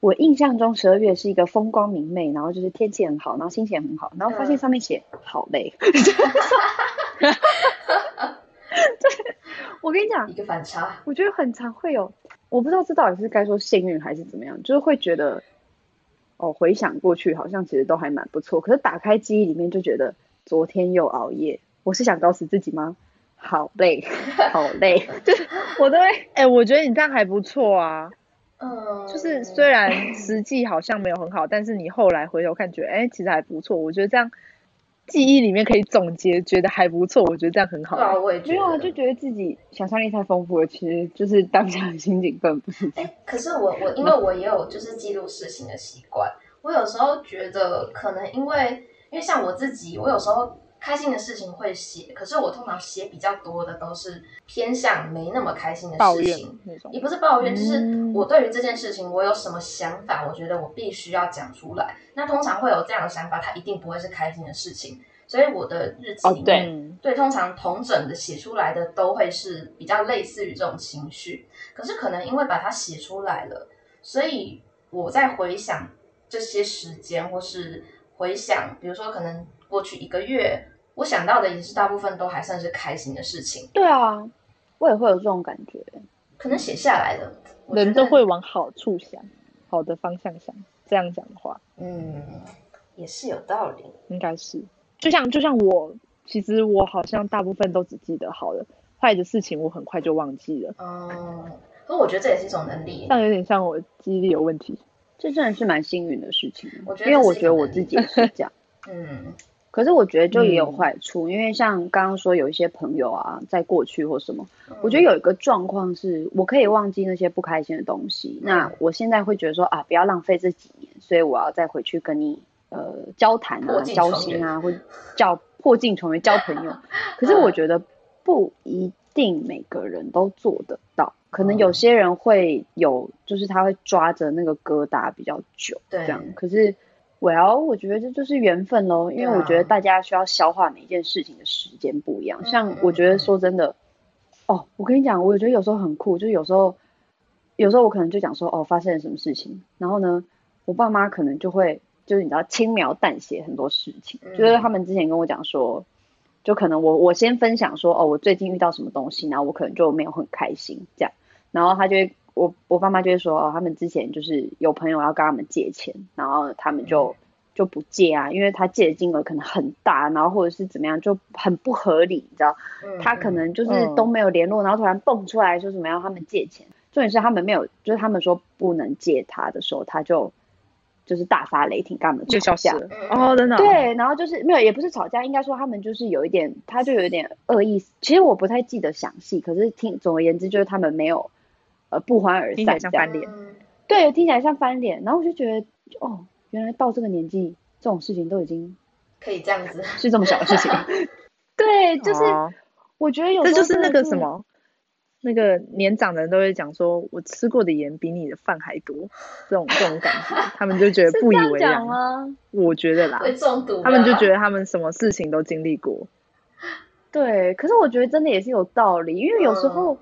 Speaker 2: 我印象中十二月是一个风光明媚，然后就是天气很好，然后心情很好，然后发
Speaker 1: 嗯
Speaker 2: 现上面写好累，我跟你讲
Speaker 1: 一，个反差，
Speaker 2: 我觉得很常会有，我不知道这到底是该说幸运还是怎么样，就是会觉得，哦，回想过去好像其实都还蛮不错，可是打开记忆里面就觉得昨天又熬夜，我是想搞死自己吗？好 累，好累，就是我都会
Speaker 3: 哎，我觉得你这样还不错啊。
Speaker 1: 嗯，
Speaker 3: 就是虽然实际好像没有很好，但是你后来回头看，觉得哎、其实还不错。我觉得这样记忆里面可以总结，觉得还不错。我觉得这样很好
Speaker 1: 对。啊，我也觉
Speaker 2: 没
Speaker 1: 得。
Speaker 2: 有啊，就觉得自己想象力太丰富了，其实就是当下的心情更不是这样。
Speaker 1: 哎，可是我我因为我也有就是记录事情的习惯，我有时候觉得可能因为因为像我自己，我有时候开心的事情会写，可是我通常写比较多的都是偏向没那么开心的
Speaker 3: 抱
Speaker 1: 事
Speaker 3: 怨
Speaker 1: 情。
Speaker 3: 那种
Speaker 1: 也，不是抱怨，就是
Speaker 3: 嗯
Speaker 1: 我对于这件事情我有什么想法，我觉得我必须要讲出来。那通常会有这样的想法，它一定不会是开心的事情，所以我的日记
Speaker 2: 哦
Speaker 1: 里面
Speaker 2: 对
Speaker 3: 嗯，
Speaker 1: 对，通常同整的写出来的都会是比较类似于这种情绪，可是可能因为把它写出来了，所以我在回想这些时间，或是回想，比如说可能过去一个月，我想到的也是大部分都还算是开心的事情，
Speaker 2: 对啊，我也会有这种感觉。
Speaker 1: 可能写下来的，我觉
Speaker 3: 人
Speaker 1: 得
Speaker 3: 都会，往好处想，好的方向想。这样讲的话，
Speaker 1: 嗯，也是有道理，
Speaker 3: 应该是就像就像我，其实我好像大部分都只记得好的，坏的事情我很快就忘记了。
Speaker 1: 嗯，可我觉得这也是一种能力
Speaker 3: 这，样有点像我记忆力有问题。
Speaker 2: 这真的是蛮幸运的事情，
Speaker 1: 我觉得
Speaker 2: 因为
Speaker 1: 这
Speaker 2: 我
Speaker 1: 是一
Speaker 2: 觉
Speaker 1: 种
Speaker 2: 得我
Speaker 1: 能
Speaker 2: 自
Speaker 1: 力
Speaker 2: 己也 是这样。
Speaker 1: 嗯，
Speaker 2: 可是我觉得就也有
Speaker 3: 嗯
Speaker 2: 坏处，因为像刚刚说有一些朋友啊，在过去或什么，
Speaker 1: 嗯
Speaker 2: 我觉得有一个状况是我可以忘记那些不开心的东西。
Speaker 1: 嗯
Speaker 2: 那我现在会觉得说啊，不要浪费这几年，所以我要再回去跟你呃交谈
Speaker 1: 破
Speaker 2: 啊、
Speaker 1: 镜
Speaker 2: 交
Speaker 1: 重
Speaker 2: 心
Speaker 1: 圆
Speaker 2: 啊，或叫破镜重圆交朋 友。可是我
Speaker 1: 嗯
Speaker 2: 觉得不一定每个人都做得到，可能有
Speaker 1: 嗯
Speaker 2: 些人会有，就是他会抓着那个疙瘩比较久。
Speaker 1: 对
Speaker 2: 这，样。可是我要，我觉得这就是缘分喽，因为
Speaker 1: 对啊
Speaker 2: 我觉得大家需要消化每一件事情的时间不一样。
Speaker 1: 嗯
Speaker 2: 像我觉得说真的，哦，我跟你讲，我觉得有时候很酷，就是有时候，有时候我可能就讲说，哦，发生了什么事情，然后呢，我爸妈可能就会，就是你知道轻描淡写很多事情，
Speaker 1: 嗯
Speaker 2: 就是他们之前跟我讲说。就可能我我先分享说哦，我最近遇到什么东西，然后我可能就没有很开心这样，然后他就会，我我爸妈就会说，哦，他们之前就是有朋友要跟他们借钱，然后他们就就不借啊，因为他借的金额可能很大，然后或者是怎么样，就很不合理，你知道，
Speaker 1: 嗯
Speaker 2: 他可，能就是
Speaker 3: 嗯
Speaker 2: 都没有联络，然后突然蹦出来说什么要他们借钱，重点是他们没有，就是他们说不能借他的时候，他就就是大发雷霆，跟他们
Speaker 3: 就
Speaker 2: 吵
Speaker 3: 消失
Speaker 2: 架。
Speaker 3: 了
Speaker 1: 嗯
Speaker 3: 哦，真的哦，
Speaker 2: 对，然后就是没有，也不是吵架，应该说他们就是有一点，他就有一点恶意。其实我不太记得详细，可是听总而言之就是他们没有呃不欢而
Speaker 3: 听起来
Speaker 2: 散，
Speaker 3: 像
Speaker 2: 这样
Speaker 3: 翻脸
Speaker 1: 嗯
Speaker 2: 对，听起来像翻脸。然后我就觉得哦，
Speaker 5: 原来到这个年纪，这种事情都已经
Speaker 1: 可以这样子，
Speaker 5: 是这么小的 事情。对，就是
Speaker 3: 哦
Speaker 5: 我觉得有时
Speaker 3: 这
Speaker 5: 候
Speaker 3: 就是
Speaker 5: 真的
Speaker 3: 那个什么，那个年长的人都会讲说，我吃过的盐比你的饭还多，这种这种感觉，他们就觉得
Speaker 2: 是
Speaker 3: 不
Speaker 2: 这
Speaker 3: 以
Speaker 2: 样
Speaker 3: 为
Speaker 2: 讲啊
Speaker 3: 然。
Speaker 2: 吗？
Speaker 3: 我觉得啦，
Speaker 1: 会中毒吧。
Speaker 3: 他们就觉得他们什么事情都经历过。
Speaker 5: 对，可是我觉得真的也是有道理，因为有
Speaker 1: 嗯
Speaker 5: 时候、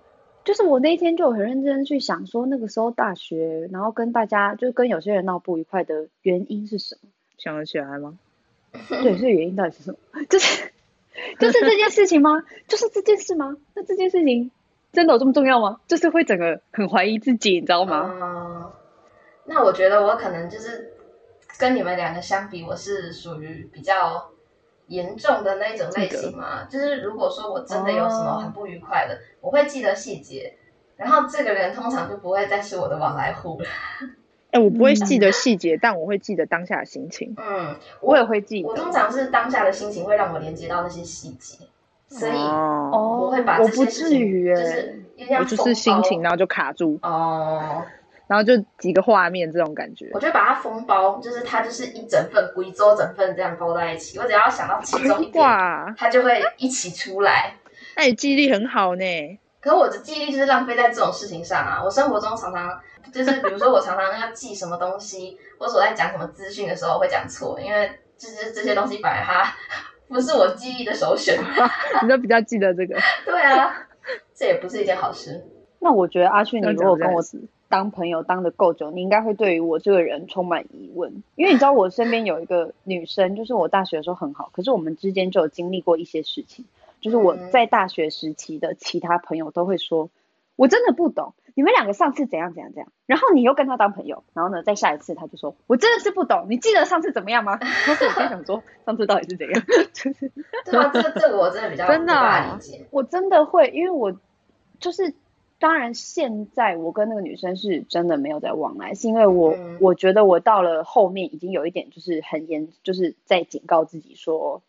Speaker 5: 就是我那一天就有很认真去想说，那个时候大学，然后跟大家就跟有些人闹不愉快的原因是什么？
Speaker 3: 想得起来吗？
Speaker 5: 对，这原因到底是什么？ 就是就是这件事情吗？就是这件事吗？那这件事情
Speaker 2: 真的有这么重要吗？就是会整个很怀疑自己，你知道吗？
Speaker 1: 嗯，那我觉得我可能就是跟你们两个相比，我是属于比较严重的那一种类型嘛。就是如果说我真的有什么很不愉快的，我会记得细节，然后这个人通常就不会再是我的往来户了。
Speaker 3: 哎、我不会记得细节，但我会记得当下的心情。
Speaker 1: 嗯，
Speaker 5: 我也会记
Speaker 1: 我
Speaker 5: 得。
Speaker 1: 通常是当下的心情会让我连接到那些细节，所以
Speaker 3: 哦，
Speaker 5: 哦，
Speaker 1: 我会把这
Speaker 5: 我不
Speaker 1: 些事
Speaker 5: 至
Speaker 1: 情
Speaker 5: 于
Speaker 1: 就
Speaker 5: 耶、
Speaker 1: 是有点
Speaker 3: 我
Speaker 1: 像
Speaker 3: 就是心情，
Speaker 1: 的
Speaker 3: 然后就卡住，
Speaker 1: 哦。
Speaker 3: 然后就几个画面这种感觉
Speaker 1: 我。就把它封包，就是它就是一整份贵州整份这样包在一起。我只要想到其中一点，
Speaker 3: 哇，
Speaker 1: 它就会一起出来。
Speaker 3: 那你记忆力很好呢。
Speaker 1: 可我的记忆力就是浪费在这种事情上啊！我生活中常常就是，比如说我常常要记什么东西，或者我在讲什么资讯的时候会讲错，因为就是这些东西本来它不是我记忆的首选。
Speaker 3: 你都比较记得这个，
Speaker 1: 对啊，这也不是一件好事。
Speaker 2: 那我觉得阿迅，你
Speaker 3: 那
Speaker 2: 如果
Speaker 3: 讲得
Speaker 2: 跟我
Speaker 3: 真是
Speaker 2: 当朋友当的够久，你应该会对于我这个人充满疑问，因为你知道我身边有一个女生，就是我大学的时候很好，可是我们之间就有经历过一些事情，就是我
Speaker 1: 嗯
Speaker 2: 在大学时期的其他朋友都会说，我真的不懂你们两个上次怎样怎样怎样，然后你又跟他当朋友，然后呢，在下一次他就说，我真的是不懂，你记得上次怎么样吗？ 然后我就想说，上次到底是怎样？就是
Speaker 1: 对啊，这这个我真的比较
Speaker 3: 真的
Speaker 1: 无法
Speaker 3: 哦
Speaker 1: 理解。
Speaker 2: 我真的会，因为我就是，当然现在我跟那个女生是真的没有在往来，是因为我、
Speaker 1: 嗯
Speaker 2: 我觉得我到了后面已经有一点就是很严，就是在警告自己说，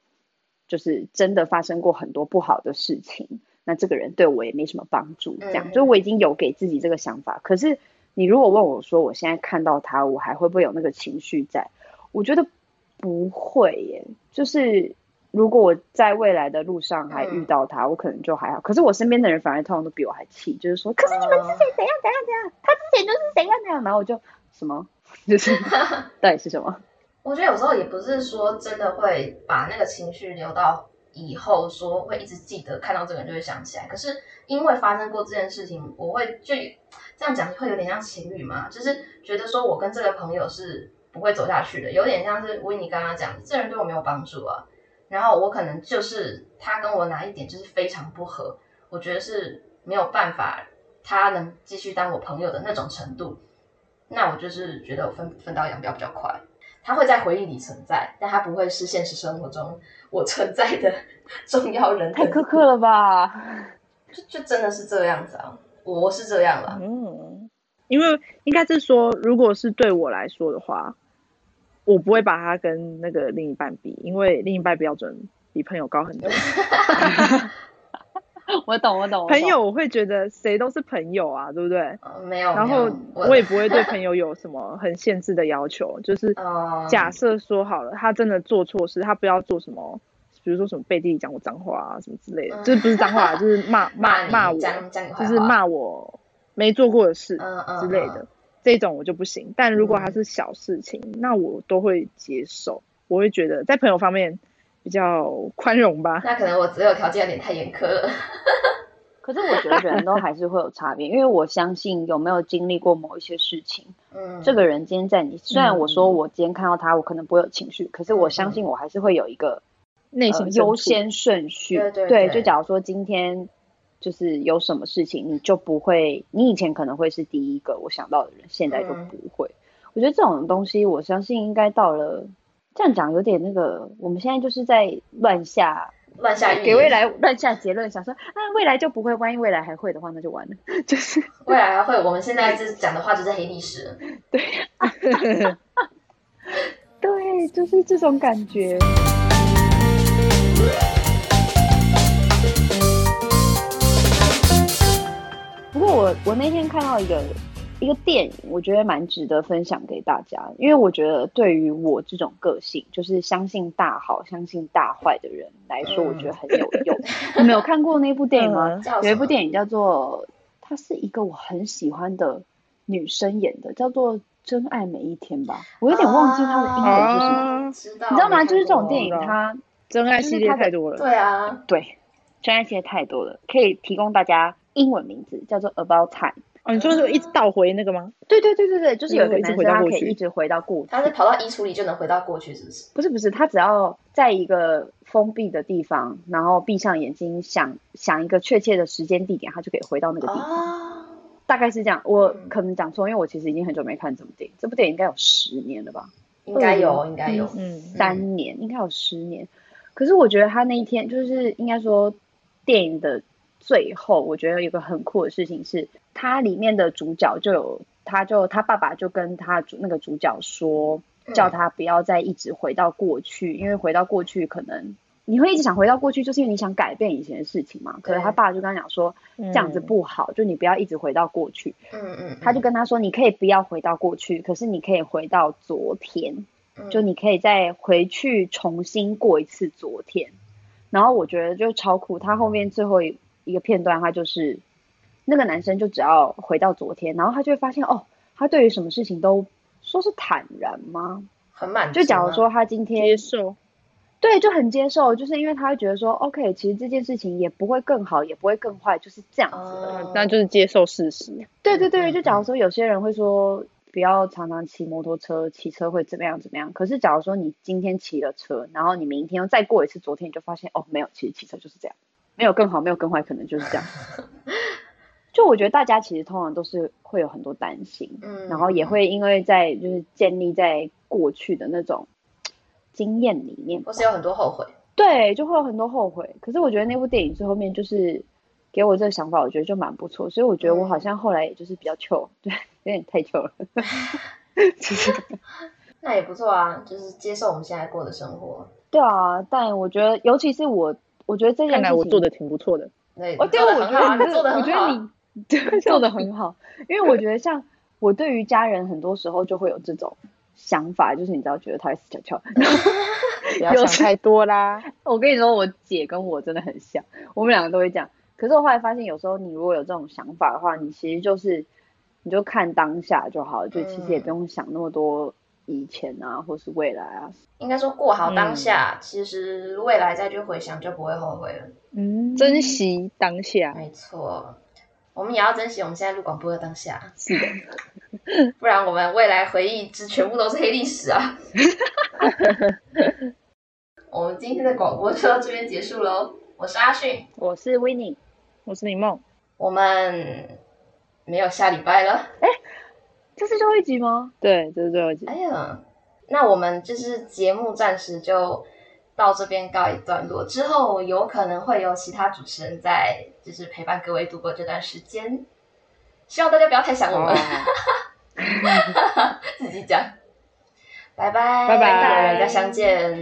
Speaker 2: 就是真的发生过很多不好的事情，那这个人对我也没什么帮助，这样，
Speaker 1: 嗯
Speaker 2: 就我已经有给自己这个想法。可是你如果问我说，我现在看到他，我还会不会有那个情绪在？我觉得不会耶，就是如果我在未来的路上还遇到他，我可能就还好。可是我身边的人反而通常都比我还气，就是说，可是你们
Speaker 1: 嗯
Speaker 2: 之前怎样怎样怎样，他之前就是怎样怎样，然后我就什么， 就是到底是什么？
Speaker 1: 我觉得有时候也不是说真的会把那个情绪留到以后，说会一直记得，看到这个人就会想起来。可是因为发生过这件事情，我会就这样讲会有点像情侣嘛，就是觉得说我跟这个朋友是不会走下去的，有点像是维尼刚刚讲，这人对我没有帮助啊。然后我可能就是他跟我哪一点就是非常不合，我觉得是没有办法，他能继续当我朋友的那种程度，那我就是觉得我分分道扬镳比较快。它会在回忆里存在，但它不会是现实生活中我存在的重要人。
Speaker 3: 哎
Speaker 2: 太苛刻了吧？
Speaker 1: 就就真的是这样子啊，我我是这样了。
Speaker 3: 嗯，因为应该是说，如果是对我来说的话，我不会把它跟那个另一半比，因为另一半标准比朋友 高很多。
Speaker 1: 哦
Speaker 2: 我懂，我懂，我懂
Speaker 3: 朋友我会觉得谁都是朋友啊，对不对？
Speaker 1: 呃没有，
Speaker 3: 然
Speaker 1: 没有
Speaker 3: 后我也不会对朋友有什么很限制的要 求，就是
Speaker 1: 哦
Speaker 3: 假设说好了，他真的做错事，他不要做什么，比如说什么背地里讲我脏话啊什么之类的，
Speaker 1: 嗯
Speaker 3: 就是不是脏话，啊就是骂骂
Speaker 1: 骂
Speaker 3: 骂我，
Speaker 1: 你讲讲你坏话
Speaker 3: 就是骂我没做过的事
Speaker 1: 嗯嗯
Speaker 3: 之类的，这种我就不行。但如果他是小事情，那我都会接受，我会觉得在朋友方面比较宽容吧。
Speaker 1: 那可能我择偶条件有点太严苛了。
Speaker 2: 可是我觉得人都还是会有差别，因为我相信有没有经历过某一些事情，
Speaker 1: 嗯，
Speaker 2: 这个人今天在你，虽然我说我今天看到他，我可能不会有情绪，可是我
Speaker 1: 嗯
Speaker 2: 相信我还是会有一个
Speaker 3: 内心
Speaker 2: 呃
Speaker 3: 深
Speaker 2: 优
Speaker 3: 处
Speaker 2: 先顺序。
Speaker 1: 对对对
Speaker 2: 就假如说今天就是有什么事情，你就不会，你以前可能会是第一个我想到的人，现在就
Speaker 1: 嗯
Speaker 2: 不会。我觉得这种东西，我相信应该到了。这样讲有点那个，我们现在就是在乱下
Speaker 1: 乱下预
Speaker 2: 给未
Speaker 1: 言，
Speaker 2: 来乱下结论，想说啊未来就不会，万一未来还会的话，那就完了。就是
Speaker 1: 未来会，我们现在这讲的话就是黑历史了。
Speaker 2: 对，就是这种感觉。不过我我那天看到一个一个电影，我觉得蛮值得分享给大家，因为我觉得对于我这种个性，就是相信大好、相信大坏的人来说，
Speaker 3: 嗯
Speaker 2: 我觉得很有用。你们有看过那部电 影吗？
Speaker 1: 叫什么
Speaker 2: 有一部电影叫做，它是一个我很喜欢的女生演的，叫做《真爱每一天》吧，我有点忘记它的英文是什么，
Speaker 3: 啊，
Speaker 1: 知道
Speaker 2: 你知道吗？哦就是这种
Speaker 1: 没看过
Speaker 2: 电影
Speaker 3: 我知道
Speaker 2: 它。
Speaker 3: 真爱系列太多了，
Speaker 1: 对啊，
Speaker 2: 对，专业其实太多了，可以提供大家英文名字叫做 About Time。
Speaker 3: 哦，你说是一直倒回那个吗？
Speaker 2: 对对对对对，就是有一个
Speaker 3: 一直
Speaker 2: 男
Speaker 3: 回
Speaker 2: 生
Speaker 3: 到
Speaker 2: 他
Speaker 3: 过
Speaker 2: 可以
Speaker 3: 去
Speaker 2: 一直回到过去，
Speaker 1: 他是跑到衣橱里就能回到过去，是不是？
Speaker 2: 不是不是，他只要在一个封闭的地方，然后闭上眼睛想想一个确切的时间地点，他就可以回到那个地方，
Speaker 1: 哦，
Speaker 2: 大概是这样。我
Speaker 1: 嗯
Speaker 2: 可能讲错，因为我其实已经很久没看这部电影，这部电影应该有十年了吧。
Speaker 1: 应该有，应该有。
Speaker 3: 嗯，
Speaker 2: 三年，应该有十年。可是我觉得他那一天就是应该说电影的最后，我觉得有个很酷的事情是，它里面的主角就有，他就他爸爸就跟他主那个主角说，叫他不要再一直回到过去，因为回到过去可能你会一直想回到过去，就是因为你想改变以前的事情嘛。可是
Speaker 1: 对
Speaker 2: 他爸就跟他讲说，这样子
Speaker 3: 嗯
Speaker 2: 不好，就你不要一直回到过去。
Speaker 1: 嗯嗯，
Speaker 2: 他就跟他说，你可以不要回到过去，可是你可以回到昨天。
Speaker 1: 跟
Speaker 2: 就你可以再回去重新过一次昨天。然后我觉得就超酷，他后面最后一一个片段，他就是那个男生就只要回到昨天，然后他就会发现哦，他对于什么事情都说是坦然吗？
Speaker 1: 很满足吗。
Speaker 2: 就假如说他今
Speaker 3: 接
Speaker 2: 天
Speaker 3: 受，
Speaker 2: 对就很接受，就是因为他会觉得说，OK，其实这件事情也不会更好，也不会更坏，就是这样子而已。
Speaker 1: 哦，
Speaker 3: 那就是接受事实，
Speaker 2: 对对
Speaker 1: 嗯
Speaker 2: 对，就假如说有些人会说不要常常骑摩托车，骑车会怎么样怎么样。可是假如说你今天骑了车，然后你明天又再过一次昨天，你就发现哦，没有，其实骑车就是这样，没有更好，没有更坏，可能就是 这样。就我觉得大家其实通常都是会有很多担心，
Speaker 1: 嗯，
Speaker 2: 然后也会因为在就是建立在过去的那种经验里面吧
Speaker 1: 或是有很多后悔。
Speaker 2: 对，就会有很多后悔。可是我觉得那部电影最后面就是给我这个想法，我觉得就蛮不错，所以我觉得我好像后来也就是比较 chill，对， 有点太 chill 了。
Speaker 1: 那也不错啊，就是接受我们现在过的生活。
Speaker 2: 对啊，但我觉得，尤其是我，我觉得这件事
Speaker 3: 看来
Speaker 2: 情，
Speaker 3: 我做的挺不错的，
Speaker 1: 对，
Speaker 2: 哦，
Speaker 1: 你
Speaker 2: 对，
Speaker 1: 做
Speaker 2: 我
Speaker 1: 得
Speaker 2: 觉
Speaker 1: 很好啊，
Speaker 2: 得你
Speaker 1: 你做
Speaker 2: 这，
Speaker 1: 的很
Speaker 2: 我觉得
Speaker 1: 好。
Speaker 2: 你 对做的很好，因为我觉得像我对于家人很多时候就会有这种想法，就是你知道，觉得他会死翘翘，
Speaker 3: 不要想太多啦。
Speaker 2: 我跟你说，我姐跟我真的很像，我们两个都会这样。可是我后来发现，有时候你如果有这种想法的话，你其实就是你就看当下就好了，就其实也不用想那么多以前啊，或是未来啊。
Speaker 1: 应该说过好当下，其实未来再去回想就不会后悔了。
Speaker 2: 嗯，
Speaker 3: 珍惜当下，
Speaker 1: 没错，我们也要珍惜我们现在录广播的当下，
Speaker 2: 是的，
Speaker 1: 不然我们未来回忆之全部都是黑历史啊。我们今天的广播就到这边结束喽。我是阿迅，
Speaker 2: 我是 w i n n i e
Speaker 3: 我是林梦，
Speaker 1: 我们没有下礼拜了。
Speaker 2: 这是最后一集吗？
Speaker 3: 对，这是最后一集，
Speaker 1: 哎呀，那我们就是节目暂时就到这边告一段落，之后有可能会有其他主持人在，就是陪伴各位度过这段时间。希望大家不要太想我们，自己讲。拜拜，
Speaker 3: 拜拜
Speaker 1: 大家相见。